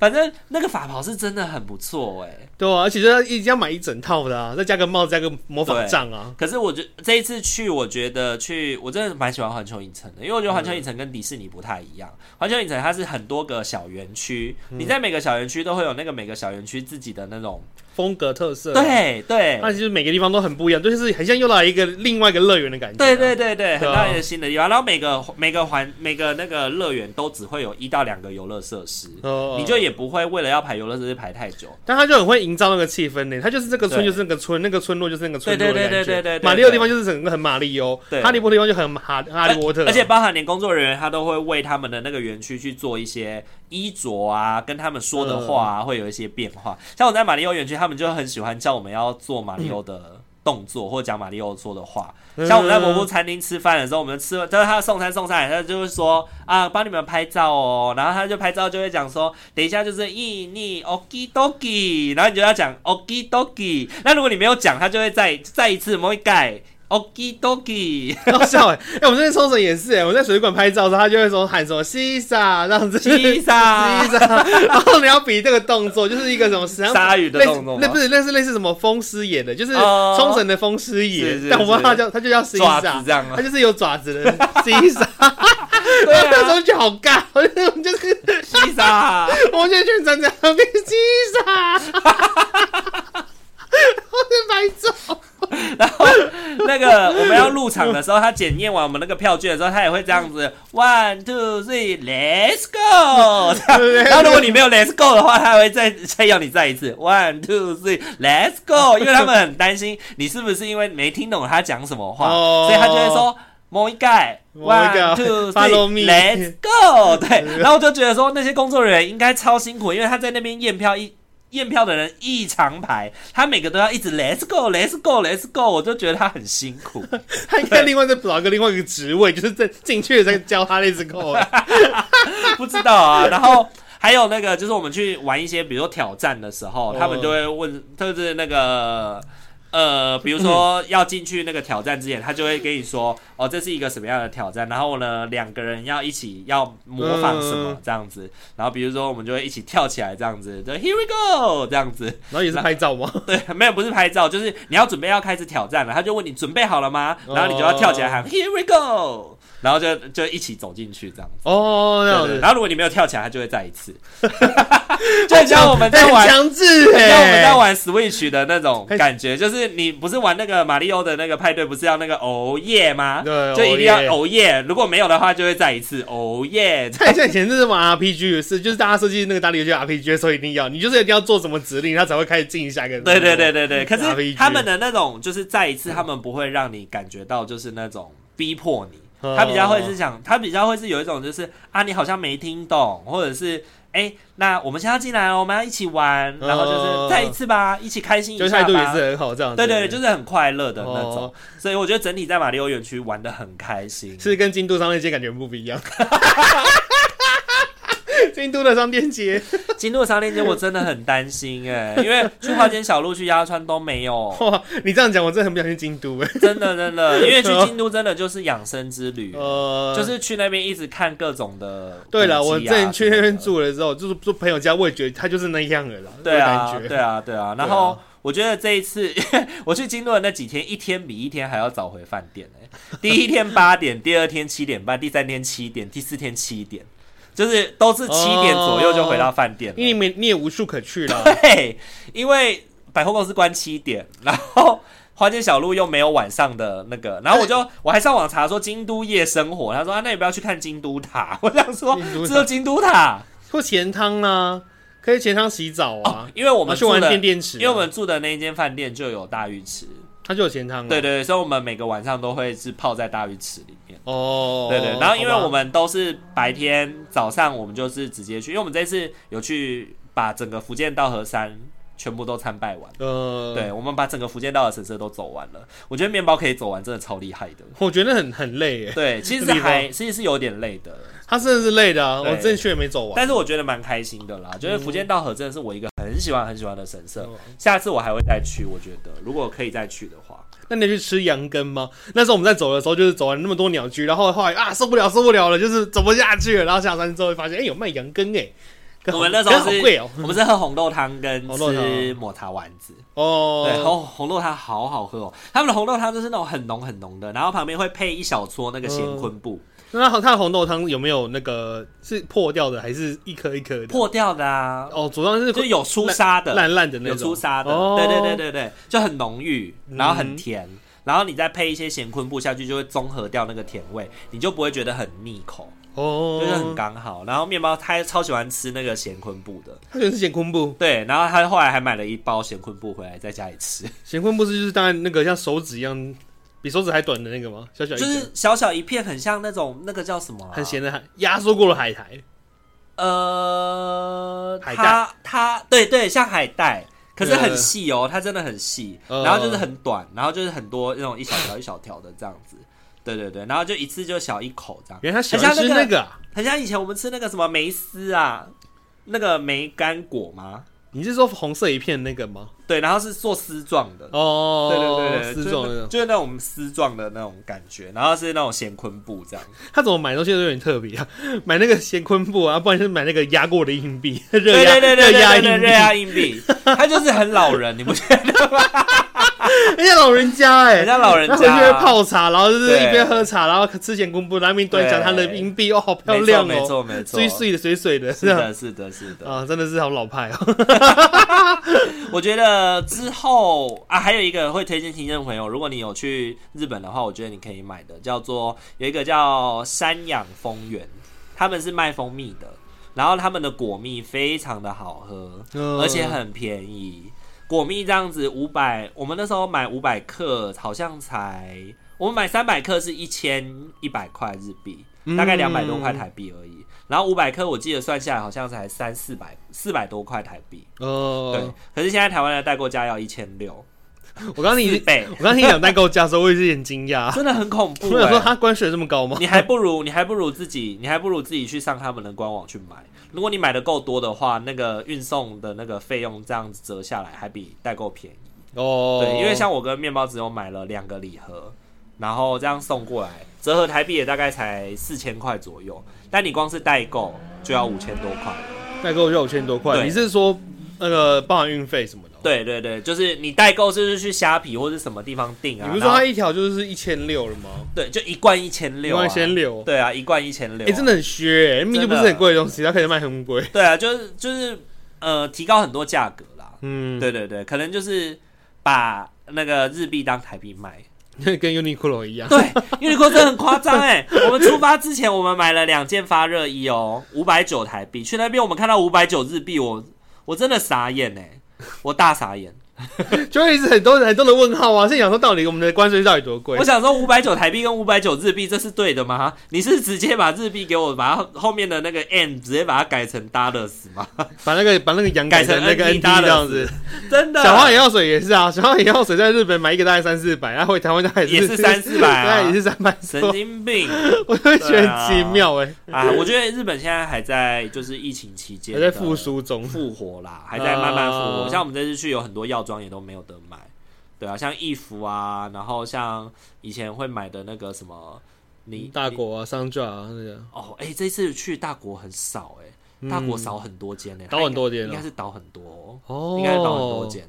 Speaker 1: 反正那个法袍是真的很不错哎、
Speaker 2: 对啊，而且这一定要买一整套的啊，再加个帽子，加个魔法
Speaker 1: 对
Speaker 2: 杖啊，
Speaker 1: 可是我觉得这一次去，我觉得去我真的蛮喜欢环球影城的，因为我觉得环球影城跟迪士尼不太一
Speaker 2: 嗯
Speaker 1: 样。环球影城它是很多个小园区，你在每个小园区都会有那个每个小园区自己的那种，
Speaker 2: 风格特色，，啊
Speaker 1: 对对
Speaker 2: 那就是每个地方都很不一样，就是很像又来一个另外一个乐园的感觉、
Speaker 1: 对对，对对，
Speaker 2: 对
Speaker 1: 很
Speaker 2: 啊
Speaker 1: 大一个新的地方。然后每个每个环每个那个乐园都只会有一到两个游乐设施，
Speaker 2: 哦，
Speaker 1: 你就也不会为了要排游乐设施排太久。
Speaker 2: 但他就很会营造那个气氛呢，他就是这个村
Speaker 1: 对
Speaker 2: 就是那个村，那个村落就是那个村落
Speaker 1: 对
Speaker 2: 的
Speaker 1: 对
Speaker 2: 感觉。
Speaker 1: 对对对对对
Speaker 2: 马里奥的地方就是整个很马里奥，
Speaker 1: 对
Speaker 2: 哈利波特地方就很哈哈利波特，
Speaker 1: 而且包含连工作人员，他都会为他们的那个园区去做一些衣着啊，跟他们说的话啊，会有一些变化。像我在马里奥园区，他们就很喜欢叫我们要做马里奥的动作，或讲马里奥说的话。像我们在蘑菇餐厅吃饭的时候，我们吃，就是他送餐送上来，他就会说啊，帮你们拍照哦。然后他就拍照就会讲说，等一下就是一你 oki doki，然后你就要讲 oki doki。那如果你没有讲，他就会再再一次我们会改 oki doki。
Speaker 2: 好笑哎！哎，我们在冲绳也是哎，我们在水管拍照的时候，他就会说喊什么西萨，让这
Speaker 1: 西萨
Speaker 2: 西萨，然后你要比这个动作，就是一个什么什么
Speaker 1: 鲨鱼的动作吗
Speaker 2: 类似那不是那是类似什么风师爷的，就是
Speaker 1: 哦
Speaker 2: 冲绳的风师爷
Speaker 1: 是是，
Speaker 2: 但我不知道他
Speaker 1: 是
Speaker 2: 叫他就叫西
Speaker 1: 爪
Speaker 2: 萨，
Speaker 1: 子这样吗
Speaker 2: 他就是有爪 子的西萨，
Speaker 1: 对
Speaker 2: 那时
Speaker 1: 啊，
Speaker 2: 候就好尬，我就我们就是
Speaker 1: 西沙，
Speaker 2: 我们就去站在那边西萨， 我就拍照，
Speaker 1: 那个我们要入场的时候，他检验完我们那个票券的时候，他也会这样子，one two three，let's go 这样。
Speaker 2: 对对对
Speaker 1: 然后如果你没有 let's go 的话，他还会再再要你再一次 one two three，let's go，因为他们很担心你是不是因为没听懂他讲什么话，
Speaker 2: 哦
Speaker 1: 所以他就会说。某一盖
Speaker 2: 某一盖
Speaker 1: ，one two
Speaker 2: follow me
Speaker 1: three，let's go。对，然后我就觉得说那些工作人员应该超辛苦，因为他在那边验票一验票的人一长排，他每个都要一直 Let's go Let's go Let's go，我就觉得他很辛苦。
Speaker 2: 他应该另外再找个另外一个职位，就是在进去再教他那只狗。
Speaker 1: 不知道啊。然后还有那个，就是我们去玩一些，比如说挑战的时候，他们就会问，就是那个。呃，比如说要进去那个挑战之前，他就会跟你说，哦，这是一个什么样的挑战，然后呢，两个人要一起要模仿什么
Speaker 2: 嗯
Speaker 1: 这样子，然后比如说我们就会一起跳起来这样子，就 Here we go 这样子，
Speaker 2: 然后也是拍照吗？
Speaker 1: 对，没有不是拍照，就是你要准备要开始挑战了，他就问你准备好了吗？然后你就要跳起来喊、Here we go，然后就就一起走进去这样子。
Speaker 2: 哦，那样
Speaker 1: 对对
Speaker 2: 子，
Speaker 1: 然后如果你没有跳起来，他就会再一 次。就很像我们在玩
Speaker 2: 很，强制
Speaker 1: 很像我们
Speaker 2: 哎，
Speaker 1: 在玩 Switch 的那种感觉，就是你不是玩那个马里奥的那个派对，不是要那个哦耶吗？
Speaker 2: 对
Speaker 1: 就一定要
Speaker 2: 哦
Speaker 1: 哦耶，如果没有的话，就会再一次哦耶。
Speaker 2: 看像以前就是玩 RPG 也是，就是大家设计那个打理游戏 RPG 的时候，一定要你就是一定要做什么指令，他才会开始进行下一个。
Speaker 1: 对对对，对对，可是
Speaker 2: RPG
Speaker 1: 他们的那种就是再一次，他们不会让你感觉到就是那种逼迫你，
Speaker 2: 哦
Speaker 1: 他比较会是想，他比较会是有一种就是啊，你好像没听懂，或者是哎、那我们现在要进来了，我们要一起玩，然后就是
Speaker 2: 哦
Speaker 1: 再一次吧，一起开心
Speaker 2: 就
Speaker 1: 一
Speaker 2: 态
Speaker 1: 下
Speaker 2: 度也
Speaker 1: 吧
Speaker 2: 是。很好，这样子。
Speaker 1: 对对对，就是是很快乐的那种
Speaker 2: 哦，
Speaker 1: 所以我觉得整体在马里奥园区玩的很开心。
Speaker 2: 是跟京都商店街感觉不一样。 京都的商店街，
Speaker 1: 京都的商店街我真的很担心哎、 因为去花间小路、去鸭川都没有，
Speaker 2: 哇！你这样讲，我真的很不想去京都哎。
Speaker 1: 真的真的，因为去京都真的就是养生之旅。
Speaker 2: 呃，
Speaker 1: 就是去那边一直看各种啊的、
Speaker 2: 对了，我之前去那边，住的时候， 就是住朋友家，我也觉得他就是那样了啦。
Speaker 1: 对
Speaker 2: 那
Speaker 1: 啊，
Speaker 2: 种感觉
Speaker 1: 对啊，对啊。然后我觉得这一次， 因为我去京都的那几天，一天比一天还要早回饭店、欸、第一天八点，第二天七点半，第三天七点，第四天七点，就是都是七点左右就回到饭店了。
Speaker 2: 哦因为你们你也无处可去 啦。
Speaker 1: 对，因为百货公司关七点，然后花间小路又没有晚上的那个，然后我
Speaker 2: 哎
Speaker 1: 就我还上网查说京都夜生活，他说啊，那你不要去看京都塔， 我想说
Speaker 2: 京都塔
Speaker 1: 只有京都塔
Speaker 2: 或钱汤啊，可以钱汤洗澡啊，
Speaker 1: 因为哦我
Speaker 2: 我
Speaker 1: 们
Speaker 2: 去
Speaker 1: 住
Speaker 2: 玩
Speaker 1: 的，
Speaker 2: 电电池啊，
Speaker 1: 因为我们住的那一间饭店就有大浴池，
Speaker 2: 它就有钱汤啊，
Speaker 1: 对对对，所以我们每个晚上都会是泡在大浴池里面。
Speaker 2: 哦，
Speaker 1: 对对，然后因为
Speaker 2: 好吧
Speaker 1: 我们都是白天早上，我们就是直接去，因为我们这次有去把整个福建道河山全部都参拜完。
Speaker 2: 呃，
Speaker 1: 对，我们把整个福建道的神社都走完了。我觉得面包可以走完，真的超厉害的。
Speaker 2: 我觉得很很累耶，
Speaker 1: 对，其实
Speaker 2: 这地方
Speaker 1: 还其实是有点累的，
Speaker 2: 他真的是累的啊，
Speaker 1: 对
Speaker 2: 我真的去也没走完。
Speaker 1: 但是我觉得蛮开心的啦。就是福建道河真的是我一个很喜欢很喜欢的神社
Speaker 2: 嗯，
Speaker 1: 下次我还会再去。我觉得如果可以再去的话，
Speaker 2: 那你有去吃羊羹吗？那时候我们在走的时候，就是走完那么多鸟居，然后后来啊受不了受不了了，就是走不下去了，然后下山之后会发现，哎、有卖羊羹哎、可 好
Speaker 1: 我们那时候
Speaker 2: 可
Speaker 1: 是
Speaker 2: 好贵哦、
Speaker 1: 我们是喝红豆汤跟
Speaker 2: 红豆汤
Speaker 1: 吃抹茶丸子。对，
Speaker 2: 哦，
Speaker 1: 红红豆汤好好喝哦，他们的红豆汤就是那种很浓很浓的，然后旁边会配一小撮那个咸昆布，
Speaker 2: 那好，它的红豆汤有没有那个是破掉的，还是一颗一颗的？
Speaker 1: 破掉的啊，
Speaker 2: 哦，主要是
Speaker 1: 就有出沙的，
Speaker 2: 烂烂的那
Speaker 1: 有
Speaker 2: 种
Speaker 1: 出。沙的，
Speaker 2: 哦
Speaker 1: 对对对对对，就很浓郁，
Speaker 2: 嗯
Speaker 1: 然后很甜，然后你再配一些咸昆布下去，就会综合掉那个甜味，你就不会觉得很腻口，
Speaker 2: 哦，
Speaker 1: 就是很刚好。然后面包他超喜欢吃那个咸昆布的，
Speaker 2: 它就是咸昆布，
Speaker 1: 对，然后他后来还买了一包咸昆布回来在家里吃，
Speaker 2: 咸昆布是就是当然那个像手指一样，比手指还短的那个吗？小小一
Speaker 1: 就
Speaker 2: 个，
Speaker 1: 是小小一片，很像那种那个叫什么啊、
Speaker 2: 很咸的海，压缩过的海苔。
Speaker 1: 呃，
Speaker 2: 海
Speaker 1: 它它对对，像海带，可是很
Speaker 2: 呃
Speaker 1: 细哦，它真的很细，
Speaker 2: 呃
Speaker 1: 然后就是很短，然后就是很多那种一小条一小条的这样子。对对对，然后就一次就小一口这样，
Speaker 2: 原来他喜欢吃
Speaker 1: 很像那
Speaker 2: 那
Speaker 1: 个
Speaker 2: 个啊？
Speaker 1: 很像以前我们吃那个什么梅丝啊，那个梅干果吗？
Speaker 2: 你是说红色一片那个吗？
Speaker 1: 对，然后是做丝状的，
Speaker 2: 哦，
Speaker 1: 对对对对，
Speaker 2: 丝
Speaker 1: 就
Speaker 2: 状
Speaker 1: 是
Speaker 2: 的那
Speaker 1: 那
Speaker 2: 种。
Speaker 1: 就是那种丝状的那种感觉，然后是那种咸昆布这样。
Speaker 2: 他怎么买东西都有点特别啊？买那个咸昆布啊，不然就是买那个压过的硬币， 热
Speaker 1: 对
Speaker 2: 压
Speaker 1: 对对对
Speaker 2: 热压
Speaker 1: 对对，
Speaker 2: 硬币
Speaker 1: 热。压硬币，他就是很老人，你不觉得？
Speaker 2: 人家老人家哎、
Speaker 1: 人家老人家
Speaker 2: 他回去会泡茶，然后就是
Speaker 1: 对
Speaker 2: 一边喝茶，然后吃咸昆布，然后一边端详他的硬币，哦，好漂
Speaker 1: 没错
Speaker 2: 亮
Speaker 1: 没
Speaker 2: 哦，
Speaker 1: 错没错
Speaker 2: 碎，碎的，水水的，
Speaker 1: 是
Speaker 2: 这样
Speaker 1: 的，是的，是的。
Speaker 2: 啊，真的是好老派 哦。
Speaker 1: 我觉得之后啊，还有一个会推荐听众朋友，如果你有去日本的话，我觉得你可以买的，叫做有一个叫山养蜂园，他们是卖蜂蜜的，然后他们的果蜜非常的好喝，
Speaker 2: 嗯
Speaker 1: 而且很便宜。果蜜这样子五百，我们那时候买五百克好像才，我们买三百克是一千一百块日币，大概两百多块台币而已。然后五百克我记得算下来好像才三四百四百多块台币。对
Speaker 2: 哦，，
Speaker 1: 可是现在台湾的代购价要一千六，
Speaker 2: 我刚刚
Speaker 1: 四
Speaker 2: 你
Speaker 1: 倍，
Speaker 2: 我刚刚你讲代购价的时候，我也是有点惊 讶，
Speaker 1: 真的很恐怖、
Speaker 2: 我想说
Speaker 1: 欸。
Speaker 2: 他关税这么高吗？
Speaker 1: 你还不如你还不如自己，你还不如自己去上他们的官网去买。如果你买的够多的话，那个运送的那个费用这样子折下来，还比代购便宜。
Speaker 2: 哦，
Speaker 1: 对，因为像我跟面包只有买了两个礼盒，然后这样送过来，折合台币也大概才四千块左右。但你光是代购就要五千多块。
Speaker 2: 代购就五千多块，
Speaker 1: 对
Speaker 2: 你是说那个包含运费什么的？，
Speaker 1: 对对对，就是你代购就是去虾皮或是什么地方订啊？
Speaker 2: 你不是
Speaker 1: 然
Speaker 2: 说
Speaker 1: 后
Speaker 2: 它一条就是一千六了吗？
Speaker 1: 对，就一罐一千
Speaker 2: 一
Speaker 1: 六，啊
Speaker 2: 万千六，
Speaker 1: 对啊，一罐一千六。
Speaker 2: 哎，真的很削，明明就不是很贵的东西，它可以卖很贵。
Speaker 1: 对啊，就是就是呃，提高很多价格啦。
Speaker 2: 嗯，
Speaker 1: 对对对，可能就是把那个日币当台币卖。
Speaker 2: 对， 跟 Uniqlo 一样。
Speaker 1: 对，因为 o 真的很夸张哎！我们出发之前，我们买了两件发热衣哦，五百九台币。去那边我们看到五百九日币，我我真的傻眼哎，我大傻眼。
Speaker 2: 就会一直很多很多的问号啊，是想说到底我们的关税到底多贵
Speaker 1: 我？想说五百九台币跟五百九日币这是对的吗？你是直接把日币给我，把它后面的那个 n 直接把它改成 dollars 吗？
Speaker 2: 把那个把那个羊改成那个
Speaker 1: 改
Speaker 2: NT
Speaker 1: 成 NT
Speaker 2: 这样子。
Speaker 1: 真的，
Speaker 2: 小花眼药水也是啊，小花眼药水在日本买一个大概三四百，然后回台湾大概
Speaker 1: 也是三四百啊
Speaker 2: 对，也是三百
Speaker 1: 神
Speaker 2: 多，
Speaker 1: 经病。
Speaker 2: 我就会觉得很奇妙哎，
Speaker 1: 啊，我觉得日本现在还在就是疫情期间
Speaker 2: 还在复苏中。
Speaker 1: 复活啦，还在慢慢复活。
Speaker 2: 啊
Speaker 1: 像我们这次去有很多药妆也都没有得买，对啊，像衣服啊，然后像以前会买的那个什么你
Speaker 2: 大
Speaker 1: 你
Speaker 2: 国啊，商转啊，那个
Speaker 1: 哦，哎、这次去大国很少哎、大国少很多间呢、
Speaker 2: 倒嗯很多间哦
Speaker 1: 应该是倒很多哦、
Speaker 2: 哦，
Speaker 1: 应该是倒很多间。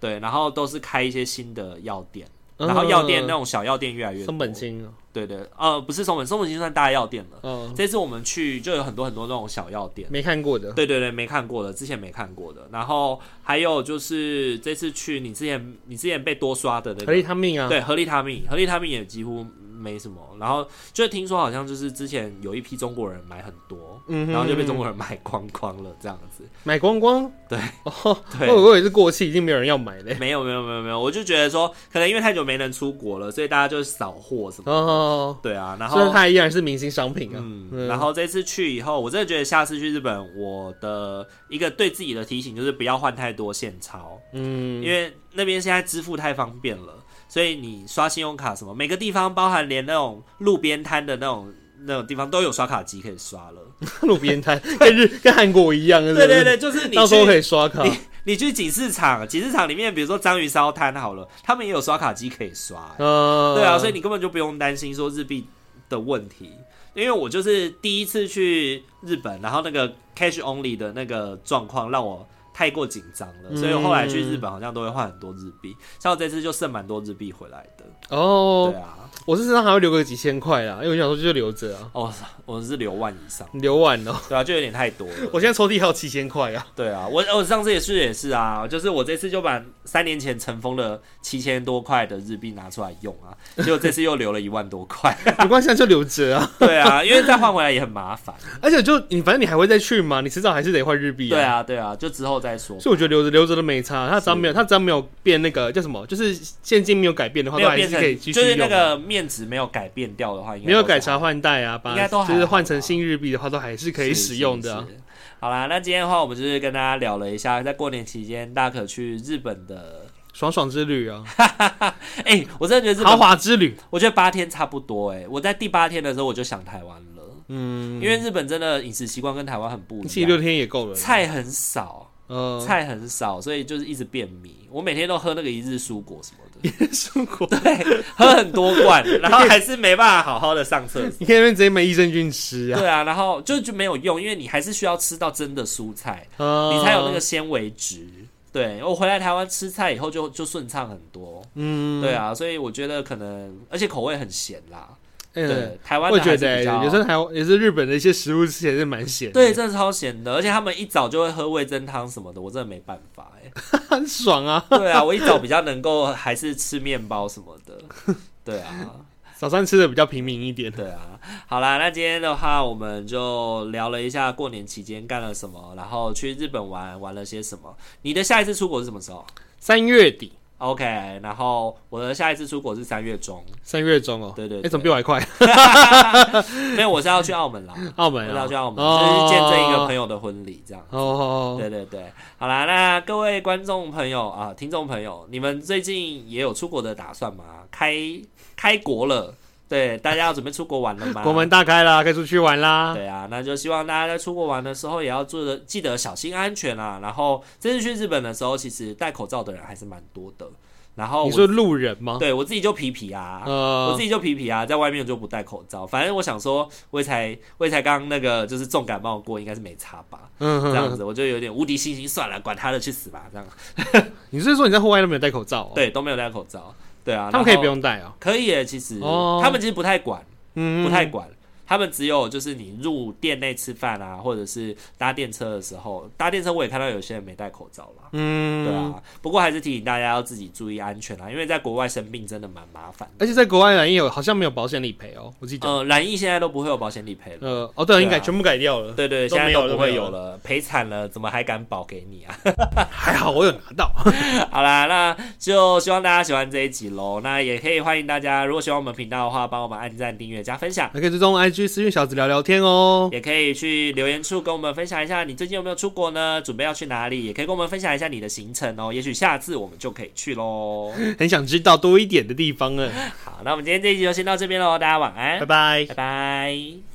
Speaker 1: 对，然后都是开一些新的药店，
Speaker 2: 嗯，
Speaker 1: 然后药店那种小药店越来越多。
Speaker 2: 松本，清啊，
Speaker 1: 对对，呃，不是松本，松本清算大药店了。
Speaker 2: 嗯，
Speaker 1: 这次我们去就有很多很多那种小药店，
Speaker 2: 没看过的，
Speaker 1: 对对对，没看过的，之前没看过的。然后还有就是这次去你之前你之前被多刷的那
Speaker 2: 合力
Speaker 1: 个，
Speaker 2: 他命啊，
Speaker 1: 对，合力他命，合力他命也几乎没什么。然后就听说好像就是之前有一批中国人买很多，
Speaker 2: 嗯哼
Speaker 1: 然后就被中国人买光光了这样子。
Speaker 2: 买光光，
Speaker 1: 对
Speaker 2: 哦，
Speaker 1: 对
Speaker 2: 我我也是过气，已经没有人要买嘞。
Speaker 1: 没有没有没有没有，我就觉得说，可能因为太久没人出国了，所以大家就扫货什么。
Speaker 2: 哦，
Speaker 1: 对啊，然后
Speaker 2: 虽然它依然是明星商品啊，
Speaker 1: 嗯，然后这次去以后，我真的觉得下次去日本，我的一个对自己的提醒就是不要换太多现钞，
Speaker 2: 嗯
Speaker 1: 因为那边现在支付太方便了，所以你刷信用卡什么，每个地方包含连那种路边摊的那种那种地方都有刷卡机可以刷了。
Speaker 2: 路边摊跟日跟韩国一样，是不
Speaker 1: 对
Speaker 2: 是
Speaker 1: 对，对，就是你
Speaker 2: 到时候可
Speaker 1: 去
Speaker 2: 以刷卡。
Speaker 1: 你去集市场，集市场里面比如说章鱼烧摊好了，他们也有刷卡机可以刷、欸
Speaker 2: 嗯，
Speaker 1: 对啊，所以你根本就不用担心说日币的问题，因为我就是第一次去日本，然后那个 cash only 的那个状况让我太过紧张了，
Speaker 2: 嗯
Speaker 1: 所以我后来去日本好像都会换很多日币，像我这次就剩蛮多日币回来的。对
Speaker 2: 哦，
Speaker 1: 啊，
Speaker 2: 我是身上还会留个几千块啦，因为我想说就留着啊，
Speaker 1: 哦，我是留万以 上，
Speaker 2: 留完哦。
Speaker 1: 对啊，就有点太多了。
Speaker 2: 我现在抽屉还有七千块 啊，
Speaker 1: 对啊，我我上次也是也是啊，就是我这次就把三年前尘封的七千多块的日币拿出来用啊，结果这次又留了一万多 块。
Speaker 2: 没关系，啊，就留着啊。
Speaker 1: 对啊，因为再换回来也很麻烦。
Speaker 2: 而且就你，反正你还会再去嘛，你迟早还是得换日币
Speaker 1: 对。啊，对啊，就之后再说。
Speaker 2: 所以我觉得留着留着都没差，它只要没有它只要没有变那个叫什么，就是现金没有改变的话，
Speaker 1: 没
Speaker 2: 都
Speaker 1: 有
Speaker 2: 还
Speaker 1: 变
Speaker 2: 是
Speaker 1: 成
Speaker 2: 可以继续
Speaker 1: 就
Speaker 2: 用啊。
Speaker 1: 是那个面值没有改变掉的话，应该
Speaker 2: 没有
Speaker 1: 都
Speaker 2: 改
Speaker 1: 是好
Speaker 2: 茶换代啊，把
Speaker 1: 应该都还好
Speaker 2: 就是换成新日币的话，都还是可以使用的啊
Speaker 1: 是。是是好啦，那今天的话，我们就是跟大家聊了一下，在过年期间大家可去日本的。
Speaker 2: 爽爽之 旅啊，
Speaker 1: 哎、我真的觉得日
Speaker 2: 豪
Speaker 1: 本，
Speaker 2: 华之旅。
Speaker 1: 我觉得八天差不多、哎，我在第八天的时候我就想台湾了，
Speaker 2: 嗯，
Speaker 1: 因为日本真的饮食习惯跟台湾很不
Speaker 2: 星期
Speaker 1: 一
Speaker 2: 六
Speaker 1: 样，
Speaker 2: 天也够了。
Speaker 1: 菜很少，
Speaker 2: 嗯，
Speaker 1: 菜很少，所以就是一直便秘。我每天都喝那个一日蔬果什么的，
Speaker 2: 出国，
Speaker 1: 对，喝很多罐， 然后还是没办法好好的上厕所。
Speaker 2: 你可以那边直接买益生菌吃啊，
Speaker 1: 对啊，然后就就没有用，因为你还是需要吃到真的蔬菜，
Speaker 2: 嗯
Speaker 1: 你才有那个，纤维值。对我回来台湾吃菜以后就就顺畅很多，
Speaker 2: 嗯，
Speaker 1: 对啊，所以我觉得可能，而且口味很咸啦。
Speaker 2: 嗯，
Speaker 1: 对，台湾
Speaker 2: 我
Speaker 1: 的
Speaker 2: 觉
Speaker 1: 还
Speaker 2: 得
Speaker 1: 是
Speaker 2: 欸
Speaker 1: 比较
Speaker 2: 有时候还有也是日本的一些食物吃起来是蛮咸，
Speaker 1: 对，，真的超咸的，而且他们一早就会喝味噌汤什么的，我真的没办法哎、
Speaker 2: 很爽啊。
Speaker 1: 对啊，我一早比较能够还是吃面包什么的。对啊，
Speaker 2: 早餐吃的比较平民一 点，
Speaker 1: 对啊，好啦，那今天的话，我们就聊了一下过年期间干了什么，然后去日本玩玩了些什么。你的下一次出国是什么时候
Speaker 2: 三月底。
Speaker 1: ？OK，然后我的下一次出国是三月中，
Speaker 2: 三月中哦，
Speaker 1: 对对
Speaker 2: 哎，
Speaker 1: 对
Speaker 2: 怎么比我还快？
Speaker 1: 没有，我是要去澳门啦，
Speaker 2: 澳
Speaker 1: 我
Speaker 2: 门
Speaker 1: 是
Speaker 2: 啊，
Speaker 1: 要去澳门，
Speaker 2: 哦
Speaker 1: 就是见证一个朋友的婚礼这样。
Speaker 2: 哦，
Speaker 1: 对对对，好啦，那各位观众朋友啊、听众朋友，你们最近也有出国的打算吗？开开国了，对，大家要准备出国玩 了吗？
Speaker 2: 国门大开啦，该出去玩啦。
Speaker 1: 对啊，那就希望大家在出国玩的时候也要做的记得小心安全啊。然后这次去日本的时候，其实戴口罩的人还是蛮多的。然后
Speaker 2: 你
Speaker 1: 哦我
Speaker 2: 说路人吗？
Speaker 1: 对我自己就皮皮啊，
Speaker 2: 呃
Speaker 1: 我自己就皮皮啊，在外面就不戴口罩。反正我想说，我也才我也才刚那个就是重感冒过，应该是没差吧。
Speaker 2: 嗯哦
Speaker 1: 这
Speaker 2: 哼
Speaker 1: 样
Speaker 2: 哼，
Speaker 1: 子我就有点无敌信心，算了，管他的，去死吧。这样
Speaker 2: 你是说你在户外都没有戴口罩哦？
Speaker 1: 对都没有戴口罩，对啊，
Speaker 2: 他们可以
Speaker 1: 然后
Speaker 2: 不，用戴哦。
Speaker 1: 可以耶。其实
Speaker 2: 哦
Speaker 1: 他们其实不太管，
Speaker 2: 嗯，
Speaker 1: 不太管。他们只有就是你入店内吃饭啊，或者是搭电车的时候，搭电车我也看到有些人没戴口罩啦。
Speaker 2: 嗯，
Speaker 1: 对啊，不过还是提醒大家要自己注意安全啦，啊因为在国外生病真的蛮麻烦的。
Speaker 2: 而且在国外染啊疫有好像没有保险理赔哦，哎我记得。
Speaker 1: 呃，染疫现在都不会有保险理赔了，
Speaker 2: 呃，哦，
Speaker 1: 对
Speaker 2: 对，
Speaker 1: 啊
Speaker 2: 应该全部改掉了。
Speaker 1: 对对，
Speaker 2: 都
Speaker 1: 现在
Speaker 2: 没有
Speaker 1: 都不会
Speaker 2: 嗯都没有
Speaker 1: 有了，赔惨了怎么还敢保给你啊？
Speaker 2: 还好我有拿到。
Speaker 1: 好啦，那就希望大家喜欢这一集喽。那也可以欢迎大家，如果喜欢我们频道的话，帮我们按赞、订阅、加分享。
Speaker 2: 还可以追踪 IG 私讯小子聊聊天哦。
Speaker 1: 也可以去留言处跟我们分享一下你最近有没有出国呢？准备要去哪里？也可以跟我们分享一下你的行程哦，也许下次我们就可以去喽。
Speaker 2: 很想知道多一点的地方了，
Speaker 1: 好，那我们今天这一集就先到这边喽，大家晚安，
Speaker 2: 拜拜
Speaker 1: 拜。拜